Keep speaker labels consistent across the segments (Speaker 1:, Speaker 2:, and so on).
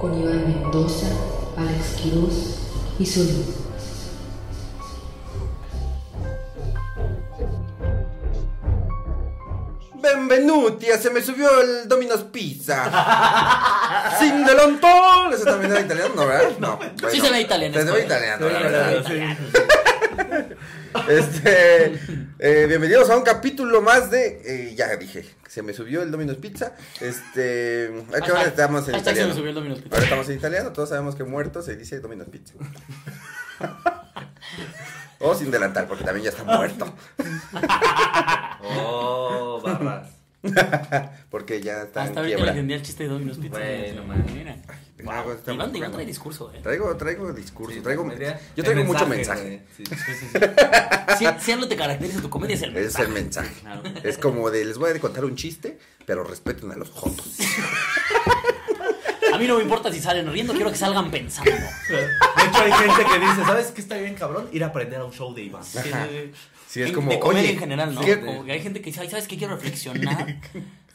Speaker 1: con Iván Mendoza, Alex Quiroz y Solís.
Speaker 2: Benvenuti, se me subió el Domino's Pizza. Sin delontón. ¿Eso también era italiano? No, ¿verdad? No.
Speaker 3: Sí se ve italiano.
Speaker 2: Se ve
Speaker 3: Spoiler.
Speaker 2: italiano,
Speaker 3: Se ve
Speaker 2: la verdad.
Speaker 3: italiano.
Speaker 2: Este, eh, bienvenidos a un capítulo más de. eh, ya dije, se me subió el Domino's Pizza. Este. ¿A qué hora
Speaker 3: Ajá.
Speaker 2: estamos en
Speaker 3: Hashtag se me
Speaker 2: italiano?
Speaker 3: subió el Domino's Pizza.
Speaker 2: Ahora estamos en italiano, todos sabemos que muerto se dice Domino's Pizza. o sin delantal, porque también ya está muerto.
Speaker 4: Oh, barras.
Speaker 2: Porque ya está en
Speaker 3: Hasta ahorita le
Speaker 2: quiebra. pues,
Speaker 3: entendí el chiste de Domino's Pizza.
Speaker 4: Bueno,
Speaker 3: mira.
Speaker 2: Venga,
Speaker 3: Wow.
Speaker 2: está
Speaker 3: Iván,
Speaker 2: muy
Speaker 3: Iván
Speaker 2: bueno.
Speaker 3: trae discurso, eh.
Speaker 2: Traigo, traigo discurso, traigo.
Speaker 4: Comedia.
Speaker 2: Yo traigo
Speaker 4: El
Speaker 2: mucho mensaje.
Speaker 4: güey. Sí.
Speaker 3: Si, si algo te caracteriza tu comedia es el
Speaker 2: Es el mensaje.
Speaker 3: Claro.
Speaker 2: Es como de, les voy a contar un chiste, pero respeten a los jotos.
Speaker 3: A mí no me importa si salen riendo, quiero que salgan pensando.
Speaker 4: De hecho, hay gente que dice, ¿sabes qué está bien, cabrón? Ir a aprender a un show de Iván.
Speaker 3: Sí,
Speaker 2: Ajá.
Speaker 3: sí, sí.
Speaker 2: Sí, es
Speaker 3: En-
Speaker 2: como,
Speaker 3: de comedia
Speaker 2: oye,
Speaker 3: en general, ¿no?
Speaker 2: ¿qué-
Speaker 3: Como que hay gente que dice, "Ay, ¿sabes qué? Quiero reflexionar.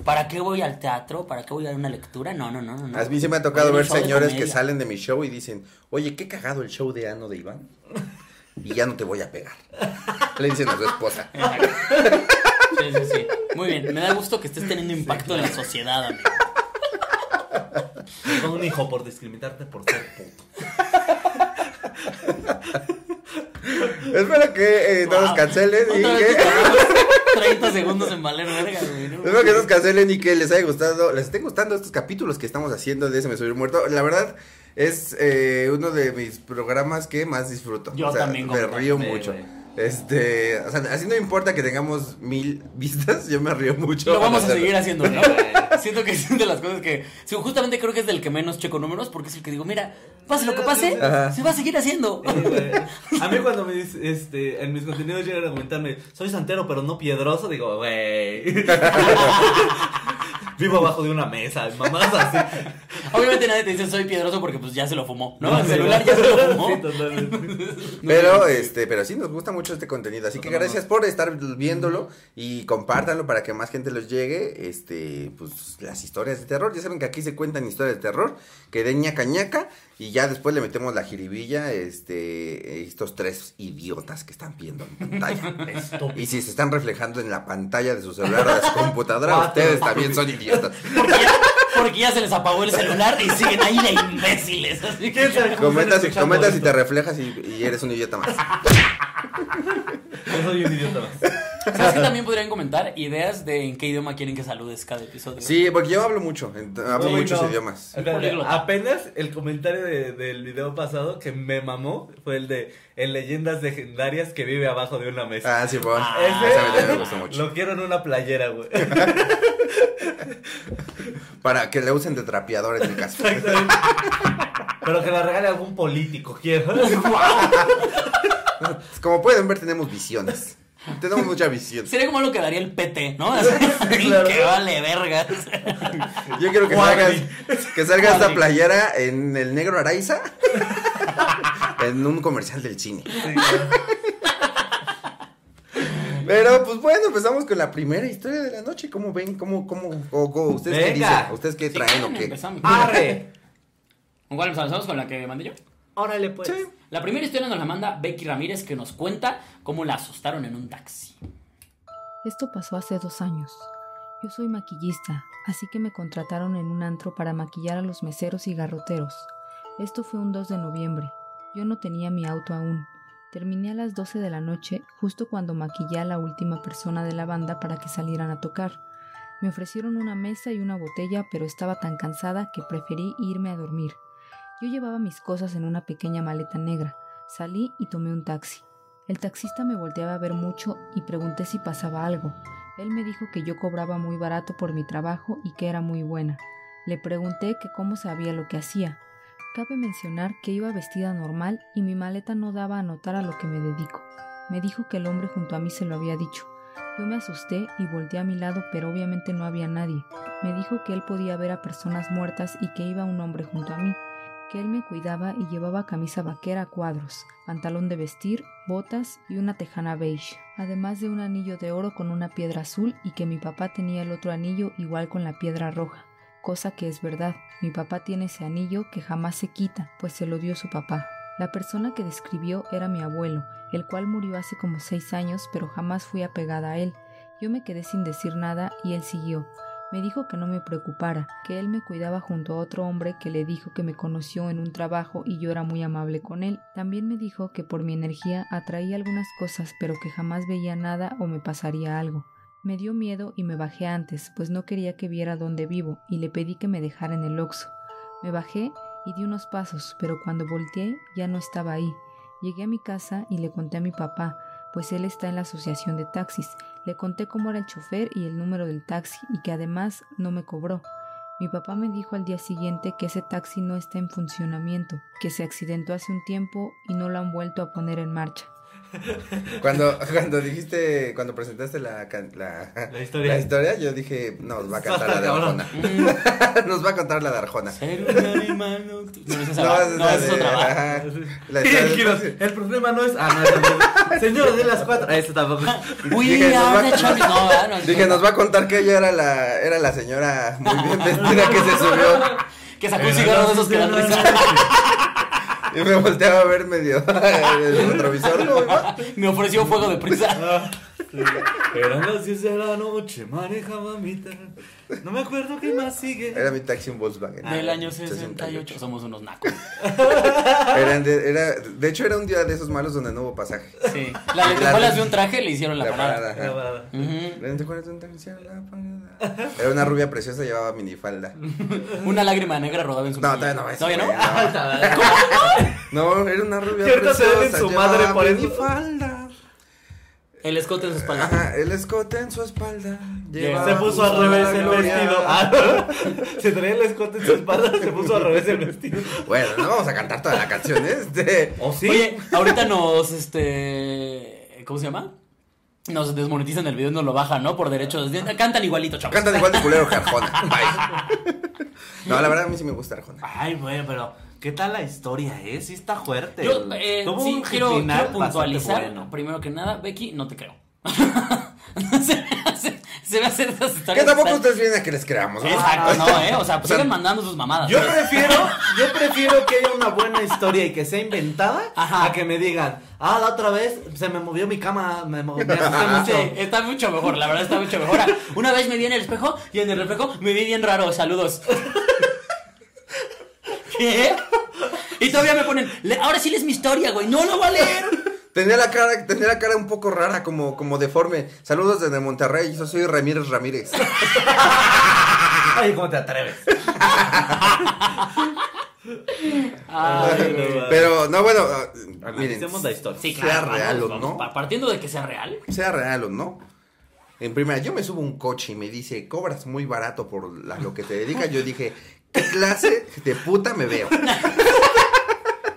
Speaker 3: ¿Para qué voy al teatro? ¿Para qué voy a una lectura? No, no, no, no, no.
Speaker 2: A mí se me ha tocado
Speaker 3: Voy
Speaker 2: ver
Speaker 3: a un show de
Speaker 2: señores que
Speaker 3: comedia.
Speaker 2: salen de mi show y dicen, oye, qué cagado el show de Ano de Iván. Y ya no te voy a pegar. Le dicen a su esposa.
Speaker 3: Exacto. Sí, sí, sí. Muy bien, me da gusto que estés teniendo impacto en la sociedad, amigo.
Speaker 4: Con un hijo por discriminarte por ser puto.
Speaker 2: Espero que eh, no nos
Speaker 3: Wow.
Speaker 2: cancelen y
Speaker 3: Otra
Speaker 2: que...
Speaker 3: vez tardamos 30 segundos en valer verga, güey, ¿no?
Speaker 2: Espero que nos cancelen y que les haya gustado, les estén gustando estos capítulos que estamos haciendo de Se me subió el muerto. La verdad es eh, uno de mis programas que más disfruto.
Speaker 3: Yo también,
Speaker 2: Me
Speaker 3: compa.
Speaker 2: río
Speaker 4: Sí,
Speaker 2: mucho.
Speaker 4: güey.
Speaker 2: Este, o sea, así no importa que tengamos mil vistas, yo me río mucho.
Speaker 3: Lo vamos a
Speaker 2: hacerlo.
Speaker 3: seguir haciendo, ¿no? Siento que es una de las cosas que. sí, justamente creo que es del que menos checo números, porque es el que digo, mira, pase lo que pase,
Speaker 2: Ajá.
Speaker 3: se va a seguir haciendo.
Speaker 4: Sí, güey. A mí cuando me dice, este, en mis contenidos llegan a comentarme, soy santero pero no piedroso, digo, güey. Vivo abajo de una mesa, mamás así.
Speaker 3: Obviamente nadie te dice soy piedroso porque pues ya se lo fumó, ¿no? el
Speaker 4: sí,
Speaker 3: celular
Speaker 4: güey.
Speaker 3: ya se lo fumó.
Speaker 4: Sí, totalmente.
Speaker 2: Pero, este, pero sí nos gusta mucho este contenido. Así que gracias por estar viéndolo y compártanlo para que más gente los llegue. Este, pues las historias de terror. Ya saben que aquí se cuentan historias de terror, que de ñaca ñaca, y ya después le metemos la jiribilla, este, estos tres idiotas que están viendo en pantalla. y si se están reflejando en la pantalla de su celular o de su computadora,
Speaker 4: Cuatro.
Speaker 2: ustedes también son idiotas.
Speaker 3: Porque ya, porque ya se les apagó el celular y siguen ahí de imbéciles. Así que.
Speaker 4: ¿Quién sabe cómo
Speaker 2: Comenta
Speaker 4: están
Speaker 2: si,
Speaker 4: escuchando
Speaker 2: comenta si
Speaker 4: esto?
Speaker 2: te reflejas y, y eres un idiota más.
Speaker 4: Yo soy un idiota más.
Speaker 3: ¿Sabes que también podrían comentar ideas de en qué idioma quieren que saludes cada episodio?
Speaker 2: Sí, porque yo hablo mucho, ent- hablo
Speaker 4: Uy,
Speaker 2: muchos
Speaker 4: no.
Speaker 2: idiomas.
Speaker 4: Espérate,
Speaker 3: Políglota.
Speaker 4: apenas el comentario de- del video pasado que me mamó fue el de en leyendas legendarias que vive abajo de una mesa.
Speaker 2: Ah, sí, pues.
Speaker 3: Ah,
Speaker 4: Ese-
Speaker 2: esa me- me gusta mucho.
Speaker 4: Lo quiero en una playera, güey.
Speaker 2: Para que le usen de trapeador en mi casa.
Speaker 4: Exactamente. Pero que la regale a algún político, quiero.
Speaker 2: Como pueden ver, tenemos visiones. Tenemos mucha visión.
Speaker 3: Sería como lo que daría el PT, ¿no? Así,
Speaker 4: Claro.
Speaker 3: Que vale verga.
Speaker 2: Yo quiero que
Speaker 4: Cuadri.
Speaker 2: salgas, que salga esta
Speaker 3: Cuadri.
Speaker 2: playera en el negro Araiza. En un comercial del cine. Pero, pues bueno, empezamos con la primera historia de la noche. ¿Cómo ven? ¿Cómo, cómo, o- o- ustedes qué
Speaker 4: Venga.
Speaker 2: dicen? ¿Ustedes qué
Speaker 3: Si
Speaker 2: traen o
Speaker 3: quieren,
Speaker 2: qué? Ah,
Speaker 3: empezamos.
Speaker 4: ¡Arre!
Speaker 3: ¿Con cuál empezamos? ¿Con la que mandé yo?
Speaker 4: Órale, pues.
Speaker 3: La primera historia nos la manda Becky Ramírez que nos cuenta cómo la asustaron en un taxi.
Speaker 5: Esto pasó hace dos años. Yo soy maquillista, así que me contrataron en un antro para maquillar a los meseros y garroteros. Esto fue un 2 de noviembre. Yo no tenía mi auto aún. Terminé a las 12 de la noche, justo cuando maquillé a la última persona de la banda para que salieran a tocar. Me ofrecieron una mesa y una botella, pero estaba tan cansada que preferí irme a dormir. Yo llevaba mis cosas en una pequeña maleta negra. Salí y tomé un taxi. El taxista me volteaba a ver mucho y pregunté si pasaba algo. Él me dijo que yo cobraba muy barato por mi trabajo y que era muy buena. Le pregunté que cómo sabía lo que hacía. Cabe mencionar que iba vestida normal y mi maleta no daba a notar a lo que me dedico. Me dijo que el hombre junto a mí se lo había dicho. Yo me asusté y volteé a mi lado, pero obviamente no había nadie. Me dijo que él podía ver a personas muertas y que iba un hombre junto a mí que él me cuidaba y llevaba camisa vaquera a cuadros, pantalón de vestir, botas y una tejana beige, además de un anillo de oro con una piedra azul y que mi papá tenía el otro anillo igual con la piedra roja. cosa que es verdad. Mi papá tiene ese anillo que jamás se quita, pues se lo dio su papá. La persona que describió era mi abuelo, el cual murió hace como seis años, pero jamás fui apegada a él. Yo me quedé sin decir nada y él siguió. Me dijo que no me preocupara, que él me cuidaba junto a otro hombre que le dijo que me conoció en un trabajo y yo era muy amable con él. También me dijo que por mi energía atraía algunas cosas, pero que jamás veía nada o me pasaría algo. Me dio miedo y me bajé antes, pues no quería que viera dónde vivo, y le pedí que me dejara en el oxo. Me bajé y di unos pasos, pero cuando volteé ya no estaba ahí. Llegué a mi casa y le conté a mi papá, pues él está en la asociación de taxis. Le conté cómo era el chofer y el número del taxi y que además no me cobró. Mi papá me dijo al día siguiente que ese taxi no está en funcionamiento, que se accidentó hace un tiempo y no lo han vuelto a poner en marcha.
Speaker 2: Cuando, cuando dijiste, cuando presentaste la, can- la,
Speaker 4: La historia.
Speaker 2: la historia, yo dije, nos va a cantar la de
Speaker 4: Cabrón.
Speaker 2: Arjona. nos va a contar la de Arjona.
Speaker 3: Mm, Ser un animal noctu- No, esa es
Speaker 2: No,
Speaker 3: otra-
Speaker 2: es
Speaker 3: no,
Speaker 2: la
Speaker 3: esa es
Speaker 2: de-
Speaker 3: otra. va.
Speaker 2: ajá. La
Speaker 4: Y
Speaker 2: historia
Speaker 4: el
Speaker 2: del
Speaker 4: giro,
Speaker 2: taxi.
Speaker 4: Ah, el problema no es. Ah, no, no, no. Señores de las cuatro. Ah, Eso tampoco.
Speaker 3: We
Speaker 2: Dije, nos
Speaker 3: are
Speaker 2: va-
Speaker 3: the champions. No, ¿verdad? no,
Speaker 2: Dije, nos va a contar que ella era la, era la señora muy bien vestida que se subió.
Speaker 3: Que sacó un cigarro de esos que dan risa.
Speaker 2: Y me volteaba a ver medio el retrovisor. ¿no?
Speaker 3: Me ofreció fuego de prisa.
Speaker 4: Eran las 10 de la noche, manejaba mi tar- No me acuerdo qué más sigue.
Speaker 2: Era mi taxi un Volkswagen.
Speaker 3: Del año 68. Somos unos nacos.
Speaker 2: Eran de, era, de hecho, era un día de esos malos donde no hubo pasaje.
Speaker 3: Sí. La de Tejuelas de un traje le hicieron la, parada.
Speaker 4: Era
Speaker 2: ajá.
Speaker 4: parada.
Speaker 3: Ujú.
Speaker 2: ¿Te acuerdas de un taxi? La parada. Era una rubia preciosa, llevaba minifalda.
Speaker 3: Una lágrima negra rodaba en su
Speaker 2: No,
Speaker 3: mejilla.
Speaker 2: todavía no es.
Speaker 3: ¿Todavía no?
Speaker 2: No, era una rubia
Speaker 4: Cierto, se
Speaker 2: preciosa.
Speaker 4: ven en su madre
Speaker 2: llevaba
Speaker 4: por eso.
Speaker 2: minifalda.
Speaker 3: El escote en su espalda.
Speaker 2: Ajá, el escote en su espalda.
Speaker 3: Ah,
Speaker 2: llevaba
Speaker 4: Se puso al
Speaker 2: justo
Speaker 4: revés
Speaker 2: la
Speaker 4: el
Speaker 2: gloria.
Speaker 4: vestido. Ah, se traía el escote en su espalda, se puso al revés el vestido.
Speaker 2: Bueno, no vamos a cantar toda la canción, ¿eh? este.
Speaker 4: ¿O Oh, sí?
Speaker 3: Oye, ahorita nos, este, ¿cómo se llama? Nos desmonetizan el video y nos lo bajan, ¿no? Por derechos. de- Cantan igualito, chavos.
Speaker 2: Cantan igual de culero que Arjona. Bye. No, la verdad a mí sí me gusta Arjona.
Speaker 4: Ay, bueno, pero ¿qué tal la historia, eh? Sí está fuerte.
Speaker 3: Yo, eh,
Speaker 4: Tuvo
Speaker 3: sí,
Speaker 4: un
Speaker 3: quiero,
Speaker 4: final
Speaker 3: quiero
Speaker 4: bastante
Speaker 3: puntualizar,
Speaker 4: bueno.
Speaker 3: primero que nada, Becky, no te creo. se, me hace- se me hacen estas
Speaker 2: Que
Speaker 3: historias.
Speaker 2: tampoco
Speaker 3: están-
Speaker 2: ustedes vienen a que les creamos. ¿no?
Speaker 3: Exacto, no, eh. O sea, pues
Speaker 2: O sea,
Speaker 3: siguen mandando sus mamadas.
Speaker 4: Ah. Yo
Speaker 3: ¿no?
Speaker 4: prefiero, yo prefiero que haya una buena historia y que sea inventada
Speaker 3: Ajá.
Speaker 4: a que me digan, ah, la otra vez se me movió mi cama, me movió me asusté
Speaker 3: Ah,
Speaker 4: mucho".
Speaker 3: sí, está mucho mejor, la verdad está mucho mejor. Ah, Una vez me vi en el espejo y en el reflejo me vi bien raro, saludos. ¿Qué? Y todavía me ponen, "Le- ahora sí lees mi historia, güey. No lo voy a leer.
Speaker 2: Tenía la cara, tenía la cara un poco rara, como, como deforme. Saludos desde Monterrey, yo soy Ramírez Ramírez.
Speaker 4: Ay, ¿cómo te atreves?
Speaker 3: Ay, güey.
Speaker 2: Pero, no, bueno, ah, miren,
Speaker 4: Analicemos la historia.
Speaker 3: sí,
Speaker 2: Sea
Speaker 3: claro. vamos,
Speaker 2: real o
Speaker 3: vamos,
Speaker 2: no.
Speaker 3: pa- Partiendo de que sea real.
Speaker 2: sea real o no. En primera, yo me subo a un coche y me dice, cobras muy barato por la- lo que te dedicas. Yo dije, ¿qué clase de puta me veo?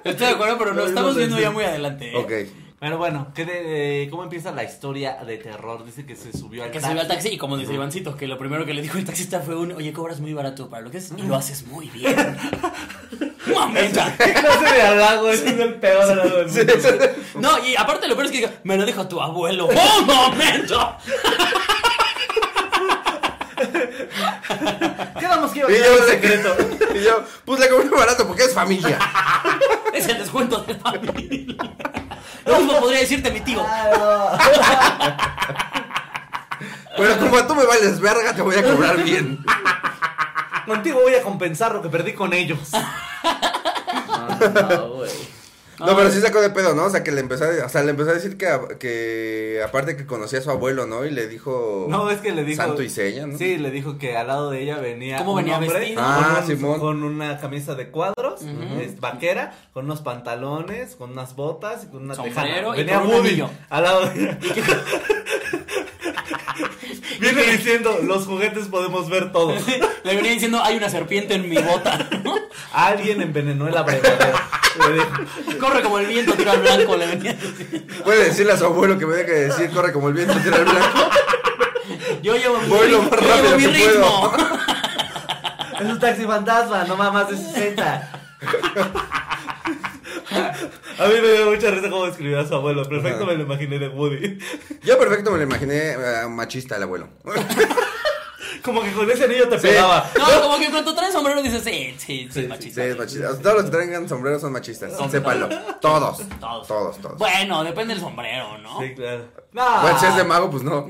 Speaker 3: Estoy de acuerdo, pero
Speaker 4: Lo
Speaker 3: no
Speaker 4: mismo
Speaker 3: estamos viendo
Speaker 4: pensé.
Speaker 3: ya muy adelante. ¿eh?
Speaker 2: Ok.
Speaker 4: Pero bueno, ¿qué de- eh, ¿cómo empieza la historia de terror? Dice que se subió al
Speaker 3: Que se
Speaker 4: taxi.
Speaker 3: subió al taxi y como dice Ivancito, que lo primero que le dijo el taxista fue un, oye, cobras muy barato para lo que es y lo haces muy bien. Mamita.
Speaker 4: ¿Qué clase de halago? Ese es el peor halago del mundo.
Speaker 3: No, y aparte lo peor es que digo, me lo dijo tu abuelo. ¡Un momento!
Speaker 4: Quedamos que iba a
Speaker 2: Y
Speaker 4: ser
Speaker 2: yo,
Speaker 4: un secreto.
Speaker 2: y yo, pues le cobré barato porque es familia.
Speaker 3: Es el descuento de familia. Lo mismo podría decirte mi tío.
Speaker 2: Pero como tú me vales verga, te voy a cobrar bien.
Speaker 4: Contigo voy a compensar lo que perdí con ellos.
Speaker 2: No, pero sí sacó de pedo, ¿no? O sea, que le empezó a, o sea, le empezó a decir que, a- que aparte que conocía a su abuelo, ¿no? Y le dijo...
Speaker 4: No, es que le dijo.
Speaker 2: Santo y seña, ¿no?
Speaker 4: Sí, le dijo que al lado de ella venía.
Speaker 3: ¿Cómo
Speaker 4: un
Speaker 3: venía
Speaker 4: hombre
Speaker 3: vestido?
Speaker 4: con
Speaker 2: Ah,
Speaker 4: un-
Speaker 2: Simón.
Speaker 4: Con una camisa de cuadros, es vaquera, con unos pantalones, con unas botas y con una
Speaker 3: Sombrero
Speaker 4: tejana.
Speaker 3: y
Speaker 4: Venía
Speaker 3: con un anillo.
Speaker 4: al lado de ella. Viene diciendo, los juguetes podemos ver todo.
Speaker 3: Le venía diciendo, hay una serpiente en mi bota. ¿no?
Speaker 4: Alguien envenenó el abrevadero. Le dijo.
Speaker 3: Corre como el viento, tira al blanco, le venía diciendo.
Speaker 2: Puede decirle a su abuelo que me deje de decir, corre como el viento, tira el blanco.
Speaker 3: Yo llevo mi,
Speaker 2: Voy lo
Speaker 3: rit-
Speaker 2: más
Speaker 3: yo llevo
Speaker 2: rápido
Speaker 3: mi
Speaker 2: que
Speaker 3: ritmo.
Speaker 4: Es un taxi fantasma, no más de 60. A mí me dio mucha risa cómo describía a su abuelo. Perfecto,
Speaker 2: Ajá.
Speaker 4: me lo imaginé de Woody.
Speaker 2: Yo perfecto me lo imaginé eh, machista el abuelo.
Speaker 4: Como que con ese anillo te pegaba.
Speaker 3: No, como que cuando traes sombrero dices, sí, sí, sí,
Speaker 4: sí,
Speaker 2: Sí,
Speaker 3: machista.
Speaker 2: es machista. Todos los que traigan sombreros son machistas.
Speaker 3: Son-
Speaker 2: Sépalo. Todos.
Speaker 3: Todos.
Speaker 2: Todos. Todos, todos.
Speaker 3: Bueno, depende del sombrero, ¿no?
Speaker 4: Sí, claro. No.
Speaker 2: Bueno, si es de mago, pues no.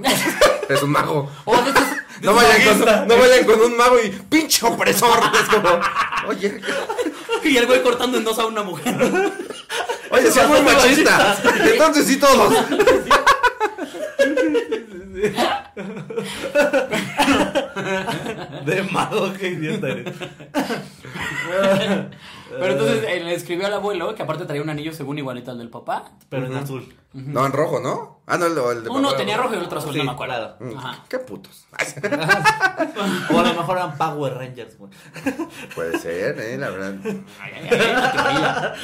Speaker 2: es un mago.
Speaker 3: O de estos-
Speaker 2: No
Speaker 4: un
Speaker 2: vayan,
Speaker 4: maguista.
Speaker 2: con, no vayan con un mago y pinche opresor. Es como, oye,
Speaker 3: y el güey cortando en dos a una mujer.
Speaker 2: oye, si es muy
Speaker 4: Bastante
Speaker 2: machista. Entonces sí todos.
Speaker 4: De mago, qué idiota eres.
Speaker 3: Pero entonces eh, le escribió al abuelo, que aparte traía un anillo según igualito al del papá.
Speaker 4: Pero en azul.
Speaker 2: No, en rojo, ¿no? Ah, no, el, el de
Speaker 3: Uno
Speaker 2: papá.
Speaker 3: tenía rojo y el otro azul,
Speaker 4: Sí,
Speaker 3: no me acuerdo.
Speaker 2: Mm,
Speaker 3: Ajá.
Speaker 2: Qué putos. Ay,
Speaker 4: O a lo mejor eran Power Rangers, güey.
Speaker 2: Puede ser, eh, la verdad.
Speaker 3: Ay, ay, ay, hay una teoría.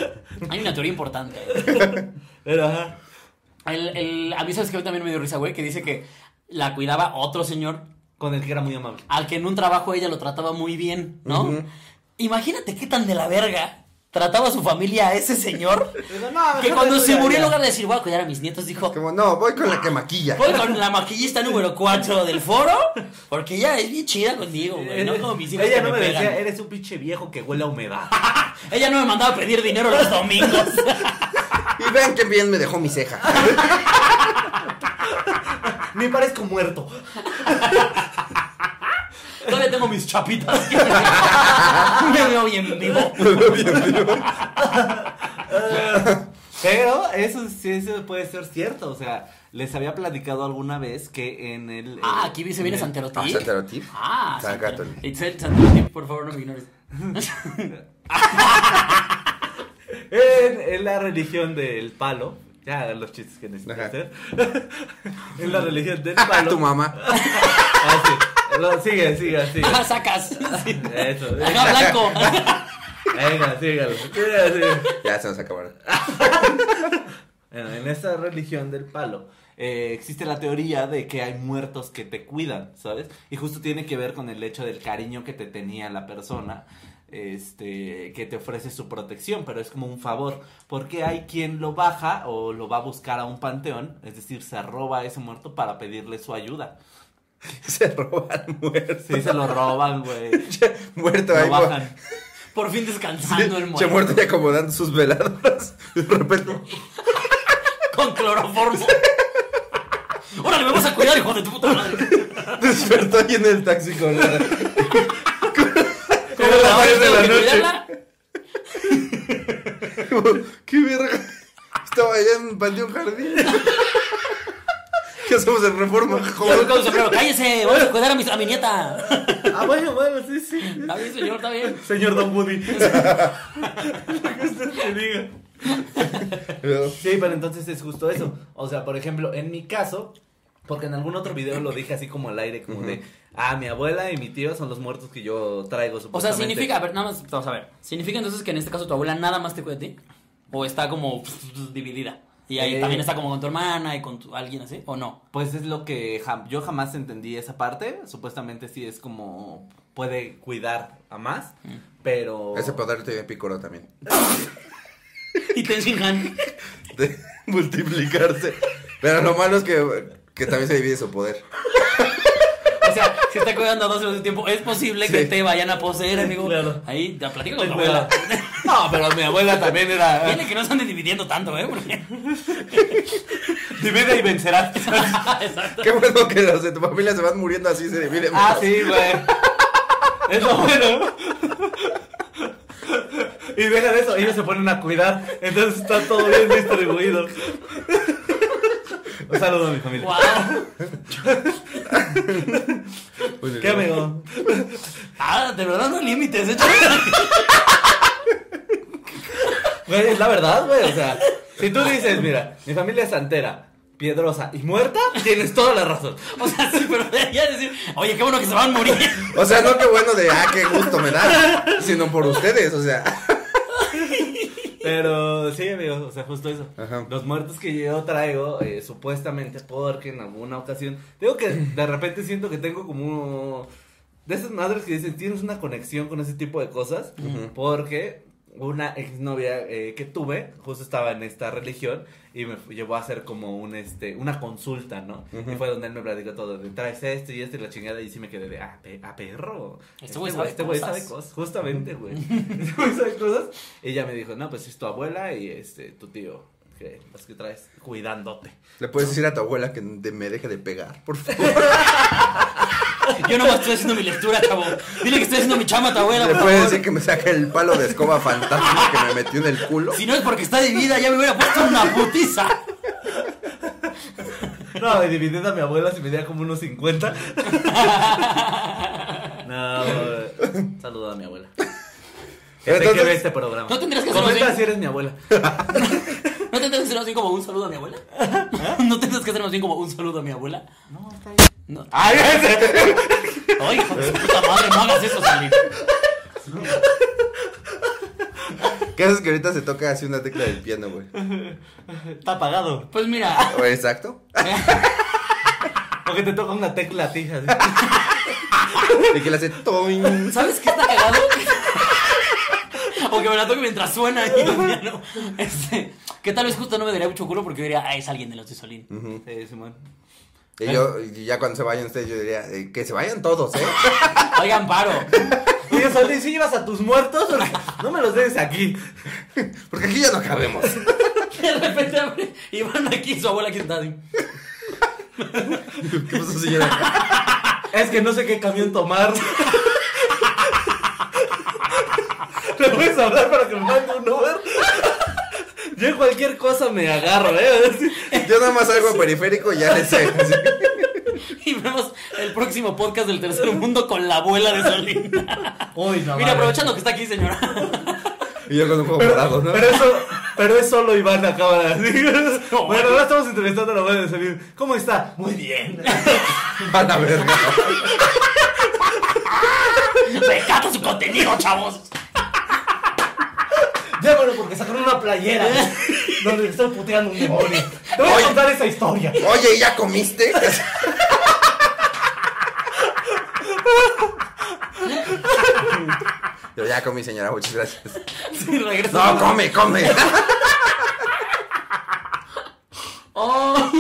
Speaker 3: Hay una teoría importante.
Speaker 4: Pero ajá.
Speaker 3: El, el, a mí sabes que también me dio risa, güey, que dice que la cuidaba otro señor
Speaker 4: Con el que era muy amable.
Speaker 3: al que en un trabajo ella lo trataba muy bien, ¿no? Imagínate qué tan de la verga trataba a su familia a ese señor que cuando se murió en lugar de decir voy a cuidar a mis nietos dijo
Speaker 2: Como, no, voy con la que maquilla.
Speaker 3: voy con la maquillista número 4 del foro porque ella es bien chida conmigo, güey, no como mis hijos
Speaker 4: Eh, Ella
Speaker 3: que
Speaker 4: no me,
Speaker 3: me pegan.
Speaker 4: decía, eh. eres un pinche viejo que huele a humedad.
Speaker 3: Ella no me mandaba a pedir dinero los domingos.
Speaker 2: Y vean qué bien me dejó mi ceja.
Speaker 4: Ah, Me parezco muerto.
Speaker 3: Todavía tengo mis chapitas. que me- me veo bien vivo.
Speaker 4: Pero eso sí eso puede ser cierto. O sea, les había platicado alguna vez que en el. eh,
Speaker 3: Ah, aquí se viene
Speaker 4: en el-
Speaker 2: Ah,
Speaker 3: Santerotip.
Speaker 2: Santerotip.
Speaker 3: Ah,
Speaker 2: Sácatelo.
Speaker 3: Santerotip. Itzel, Santerotip, por favor, no me ignores.
Speaker 4: En, en la religión del palo. Ya hagan los chistes que necesito
Speaker 2: Ajá.
Speaker 4: hacer. en la religión del
Speaker 2: A
Speaker 4: palo.
Speaker 2: tu mamá.
Speaker 4: Ah, sí. Lo- sigue, sigue, sigue.
Speaker 3: Ah, sacas. Sí.
Speaker 4: Eso.
Speaker 3: Acá blanco.
Speaker 4: Venga, sígalo. Sigue, sigue.
Speaker 2: Ya se nos acabaron.
Speaker 4: Bueno, en esta religión del palo eh, existe la teoría de que hay muertos que te cuidan, ¿sabes? Y justo tiene que ver con el hecho del cariño que te tenía la persona, este, que te ofrece su protección, pero es como un favor, porque hay quien lo baja o lo va a buscar a un panteón, es decir, se roba a ese muerto para pedirle su ayuda.
Speaker 2: Se roban muertos.
Speaker 4: Sí, se lo roban, güey.
Speaker 2: Che, muerto ahí. pues.
Speaker 4: Lo
Speaker 2: po-
Speaker 4: bajan.
Speaker 3: Por fin descansando el
Speaker 2: Che,
Speaker 3: muerto.
Speaker 2: muerto y acomodando sus veladoras. De repente.
Speaker 3: Con cloroformo. Órale, me vas a cuidar, hijo de tu puta madre.
Speaker 2: Despertó ahí en el taxi con la.
Speaker 3: Como
Speaker 2: Era las
Speaker 3: ahora
Speaker 2: 10 de
Speaker 3: tengo
Speaker 2: la
Speaker 3: que
Speaker 2: noche.
Speaker 3: cuidarla.
Speaker 2: como, ¡Qué verga! Estaba allá en Panteón Jardín. ¿Qué hacemos en reforma?
Speaker 3: Yo voy
Speaker 2: Joder.
Speaker 3: con un sombrero. Cállese, vamos a cuidar a mi, a mi nieta.
Speaker 4: Ah, bueno, bueno, sí, sí.
Speaker 3: Está bien, señor, está bien.
Speaker 4: Señor Don Woody. Lo que usted te diga. Sí, pero entonces es justo eso. O sea, por ejemplo, en mi caso, porque en algún otro video lo dije así como al aire, como de, ah, mi abuela y mi tío son los muertos que yo traigo
Speaker 3: O sea,
Speaker 4: supuestamente.
Speaker 3: significa, a ver, nada más, vamos a ver. ¿Significa entonces que en este caso tu abuela nada más te cuida a ti? ¿O está como pff, dividida? Y ahí
Speaker 4: Eh.
Speaker 3: también está como con tu hermana y con tu- alguien así, ¿o no?
Speaker 4: Pues es lo que jam- yo jamás entendí esa parte. Supuestamente sí es como puede cuidar a más, pero...
Speaker 2: Ese poder te dio Picoro también.
Speaker 3: Y Tenshinhan.
Speaker 2: De multiplicarse. Pero lo malo es que, que también se divide su poder.
Speaker 3: O sea, si está cuidando a dos al mismo tiempo, es posible que
Speaker 2: Sí.
Speaker 3: te vayan a poseer, amigo.
Speaker 4: Claro.
Speaker 3: Ahí, te platico con
Speaker 4: Ten
Speaker 3: tu
Speaker 4: cuidado.
Speaker 3: abuela.
Speaker 4: No, pero mi abuela también era...
Speaker 3: Viene que no se anden dividiendo tanto, ¿eh? Porque-
Speaker 4: Divide y vencerás.
Speaker 3: Exacto.
Speaker 2: Qué bueno que los de tu familia se van muriendo así, se dividen.
Speaker 4: Ah, sí, güey. Es lo bueno. Y deja de eso, ellos se ponen a cuidar, entonces está todo bien distribuido. Un saludo a mi familia.
Speaker 3: Wow.
Speaker 2: Pues,
Speaker 4: ¿Qué amigo?
Speaker 3: Ah, de verdad no hay límites, ¿eh?
Speaker 4: Güey, es la verdad, güey, o sea, si tú dices, mira, mi familia es santera, piedrosa y muerta, tienes toda la razón.
Speaker 3: O sea, sí, pero ya decir, oye, qué bueno que se van a morir.
Speaker 2: O sea, no qué bueno de, ah, qué gusto me da. Sino por ustedes, o sea.
Speaker 4: Pero sí, amigos, o sea, justo eso.
Speaker 2: Ajá.
Speaker 4: Los muertos que yo traigo, eh, supuestamente, porque en alguna ocasión, digo que de repente siento que tengo como de esas madres que dicen, tienes una conexión con ese tipo de cosas, porque una exnovia eh, que tuve, justo estaba en esta religión y me fu- llevó a hacer como un este una consulta, ¿no?
Speaker 2: Ujú.
Speaker 4: Y fue donde él me platicó todo, de traes esto y esto y la chingada y sí me quedé de, ah, pe- ah, perro.
Speaker 3: Este güey sabe
Speaker 4: este güey sabe
Speaker 3: cosas.
Speaker 4: cosas, justamente, güey. este güey sabe cosas. Y ella me dijo, "No, pues es tu abuela y este tu tío, que los que traes cuidándote."
Speaker 2: Le puedes decir a tu abuela que de- me deje de pegar, por favor.
Speaker 3: Yo nomás estoy haciendo mi lectura, chavo. Dile que estoy haciendo mi chama, tu abuela,
Speaker 2: Le
Speaker 3: por
Speaker 2: puedes
Speaker 3: favor.
Speaker 2: decir que me saque el palo de escoba fantasma que me metió en el culo.
Speaker 3: Si no es porque está dividida, ya me hubiera puesto una putiza.
Speaker 4: No, me dividí a mi abuela si me diera como unos 50. no, güey. saludo a mi abuela. Que sé que
Speaker 2: Entonces-
Speaker 4: ve este programa.
Speaker 3: No tendrías que hacerlo
Speaker 4: Comenta
Speaker 3: así.
Speaker 4: si eres mi abuela.
Speaker 3: ¿No tendrás que hacer más bien como un saludo a mi abuela? ¿No tendrás que hacer más bien como un saludo a mi abuela?
Speaker 4: No, está bien.
Speaker 3: No. ¡Ay, ¡Ay, hijo de su puta madre! No hagas eso, Salim.
Speaker 2: ¿Qué haces que ahorita se toca así una tecla del piano, güey?
Speaker 4: Está apagado.
Speaker 3: Pues mira,
Speaker 2: O, Exacto.
Speaker 4: Porque te toca una tecla tija.
Speaker 2: Y que le hace toing.
Speaker 3: ¿sabes qué está cagado? O que me la toque mientras suena y un día no. Este, que tal vez justo no me daría mucho culo porque diría, ah, es alguien de los de Solín.
Speaker 2: Ujú.
Speaker 4: Sí, Simón.
Speaker 2: Y yo, y ya cuando se vayan ustedes, yo diría, eh, que se vayan todos, ¿eh?
Speaker 3: Oigan, paro.
Speaker 4: Oye, Solín, ¿sí llevas a tus muertos? Porque No me los dejes aquí.
Speaker 2: Porque aquí ya no cabemos.
Speaker 3: De repente abre y van aquí su abuela que está así.
Speaker 2: ¿Qué pasó, señora?
Speaker 4: Es que no sé qué camión tomar. ¿Le puedes hablar para que me mande un Uber? Yo en cualquier cosa me agarro, ¿eh?
Speaker 2: Yo nada más salgo a periférico y ya le sé. así.
Speaker 3: Y vemos el próximo podcast del tercer mundo con la abuela de Solín.
Speaker 4: Uy,
Speaker 3: Mira,
Speaker 4: no. vale.
Speaker 3: aprovechando que está aquí, señora.
Speaker 2: Y yo con un juego morado, ¿no?
Speaker 4: Pero eso, pero es solo Iván la cámara. ¿sí? Bueno, ahora estamos entrevistando a la abuela de Solín. ¿Cómo está? Muy bien.
Speaker 2: Van a ver, ¿no?
Speaker 3: Rescata su contenido, chavos.
Speaker 4: Llévalo porque sacaron una playera donde le están puteando un demonio. Te voy a contar esa historia.
Speaker 2: Oye, ¿y ¿ya comiste? Yo ya comí, señora, muchas gracias.
Speaker 3: Sí, regresa.
Speaker 2: No, come, come.
Speaker 3: Oh,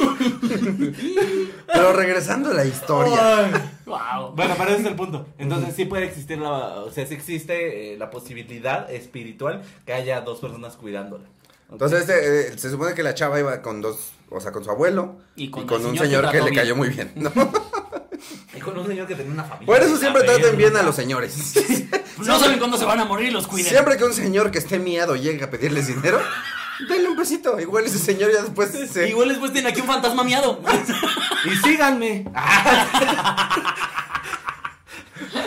Speaker 2: Pero regresando a la historia.
Speaker 3: wow.
Speaker 4: Bueno, pero ese es el punto. Entonces sí puede existir la, o sea, sí existe eh, la posibilidad espiritual que haya dos personas cuidándola.
Speaker 2: Entonces, eh, se supone que la chava iba con dos, o sea, con su abuelo
Speaker 3: Y
Speaker 2: y
Speaker 3: con
Speaker 2: con,
Speaker 3: el
Speaker 2: un
Speaker 3: señor
Speaker 2: señor que,
Speaker 3: que trató
Speaker 2: le
Speaker 3: bien.
Speaker 2: cayó muy bien. ¿no?
Speaker 4: Y con un señor que tenía una familia.
Speaker 2: Por eso
Speaker 4: de
Speaker 2: siempre
Speaker 4: la
Speaker 2: traten
Speaker 4: verga.
Speaker 2: bien a los señores.
Speaker 3: No saben cuándo se van a morir y los cuiden.
Speaker 2: Siempre que un señor que esté miado llega a pedirles dinero, denle un besito. Igual ese señor ya después se...
Speaker 3: Igual después tienen aquí un fantasma miado.
Speaker 4: Y síganme.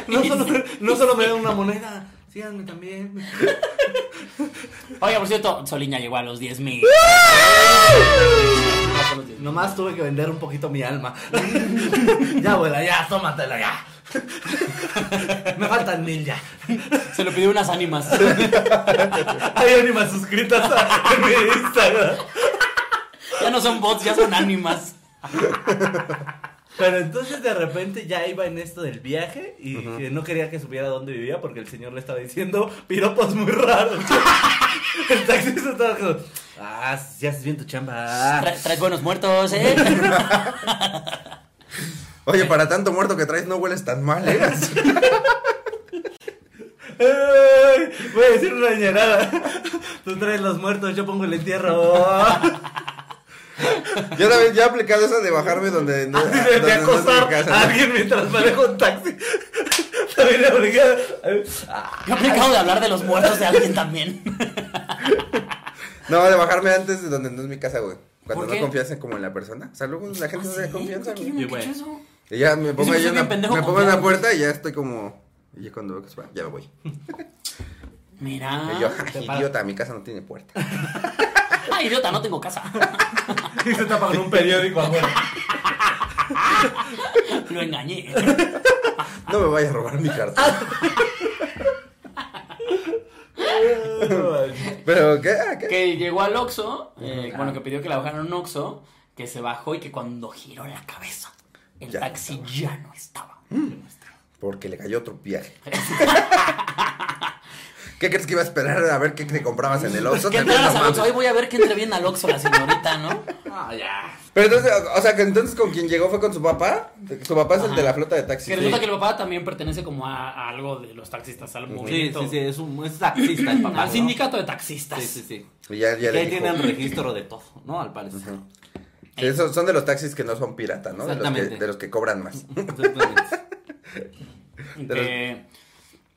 Speaker 4: No solo, no solo me den una moneda, síganme también.
Speaker 3: Oye, por cierto, Soliña llegó a los 10.000 mil.
Speaker 4: Nomás tuve que vender un poquito mi alma. ya, abuela, ya, tómatela ya. Me faltan mil ya.
Speaker 3: Se lo pidió unas ánimas.
Speaker 4: Hay ánimas suscritas a- en mi Instagram.
Speaker 3: Ya no son bots, ya son ánimas.
Speaker 4: Pero entonces de repente ya iba en esto del viaje y que no quería que supiera dónde vivía porque el señor le estaba diciendo piropos muy raros. el taxista estaba como, ah, si haces bien tu chamba.
Speaker 3: Tra- traes buenos muertos, ¿eh?
Speaker 2: Oye, para tanto muerto que traes no hueles tan mal, ¿eh?
Speaker 4: Ay, Voy a decir una ñerada. Tú traes los muertos, yo pongo el entierro.
Speaker 2: Yo una vez ya he aplicado esa de bajarme donde
Speaker 3: Ah,
Speaker 2: no.
Speaker 4: de,
Speaker 2: donde
Speaker 4: de
Speaker 2: no es mi
Speaker 4: acosar
Speaker 2: casa,
Speaker 4: a
Speaker 2: ¿no?
Speaker 4: alguien mientras manejo un taxi. También le obligué a- Ah,
Speaker 3: Yo he acabo de hablar de los muertos de alguien también.
Speaker 2: No, de bajarme antes de donde no es mi casa, güey. Cuando no
Speaker 3: ¿Por qué? Ah,
Speaker 2: confías en como en la persona. O sea, luego la gente no se da confianza,
Speaker 3: ¿Por qué
Speaker 2: güey.
Speaker 3: yo nunca
Speaker 4: Y bueno.
Speaker 3: he hecho eso?
Speaker 2: Y ya me pongo
Speaker 3: que
Speaker 2: ahí
Speaker 3: soy
Speaker 2: en
Speaker 3: bien
Speaker 2: la-
Speaker 3: pendejo
Speaker 2: me pongo en
Speaker 3: confiado,
Speaker 2: la puerta y ya estoy como. Y ya cuando veo que se va, ya me voy. Y yo,
Speaker 3: Mira.
Speaker 2: "Ay,
Speaker 4: te paras.
Speaker 2: idiota, mi casa no tiene puerta.
Speaker 3: Ay, Ah, idiota, no tengo casa.
Speaker 4: y se tapa con un periódico afuera.
Speaker 3: Lo engañé.
Speaker 2: No me vayas a robar mi
Speaker 3: Ah,
Speaker 2: carta. Pero, ¿qué? Ah, ¿qué?
Speaker 3: Que llegó al Oxxo, eh, bueno, que pidió que la bajaran a un Oxxo, que se bajó y que cuando giró la cabeza, el
Speaker 2: Ya no
Speaker 3: taxi ya Mm. no estaba.
Speaker 2: Porque le cayó otro viaje. ¿Qué crees que iba a esperar a ver qué te comprabas en el Oxxo?
Speaker 6: Que
Speaker 2: También,
Speaker 6: entraras
Speaker 2: no
Speaker 6: al Oxxo.
Speaker 2: mames.
Speaker 6: Hoy voy a ver que entre bien al Oxxo la señorita, ¿no?
Speaker 4: Ah, ya.
Speaker 2: Pero entonces, o sea, que entonces con quien llegó fue con su papá. Su papá es el
Speaker 6: Ajá.
Speaker 2: de la flota de taxis.
Speaker 3: Que resulta
Speaker 2: Sí.
Speaker 3: que el papá también pertenece como a, a algo de los taxistas, al
Speaker 4: Sí,
Speaker 3: movimiento.
Speaker 4: sí, sí, es un es taxista el papá.
Speaker 3: Al
Speaker 4: ¿no?
Speaker 3: sindicato de taxistas.
Speaker 4: Sí, sí, sí.
Speaker 2: Y ya,
Speaker 4: Y
Speaker 2: ya le
Speaker 4: ahí
Speaker 2: dijo.
Speaker 4: tienen registro de todo, ¿no? Al parecer.
Speaker 2: Sí, esos son de los taxis que no son pirata, ¿no? De los, que,
Speaker 4: Exactamente.
Speaker 2: de los que cobran más.
Speaker 4: Exactamente.
Speaker 3: Que-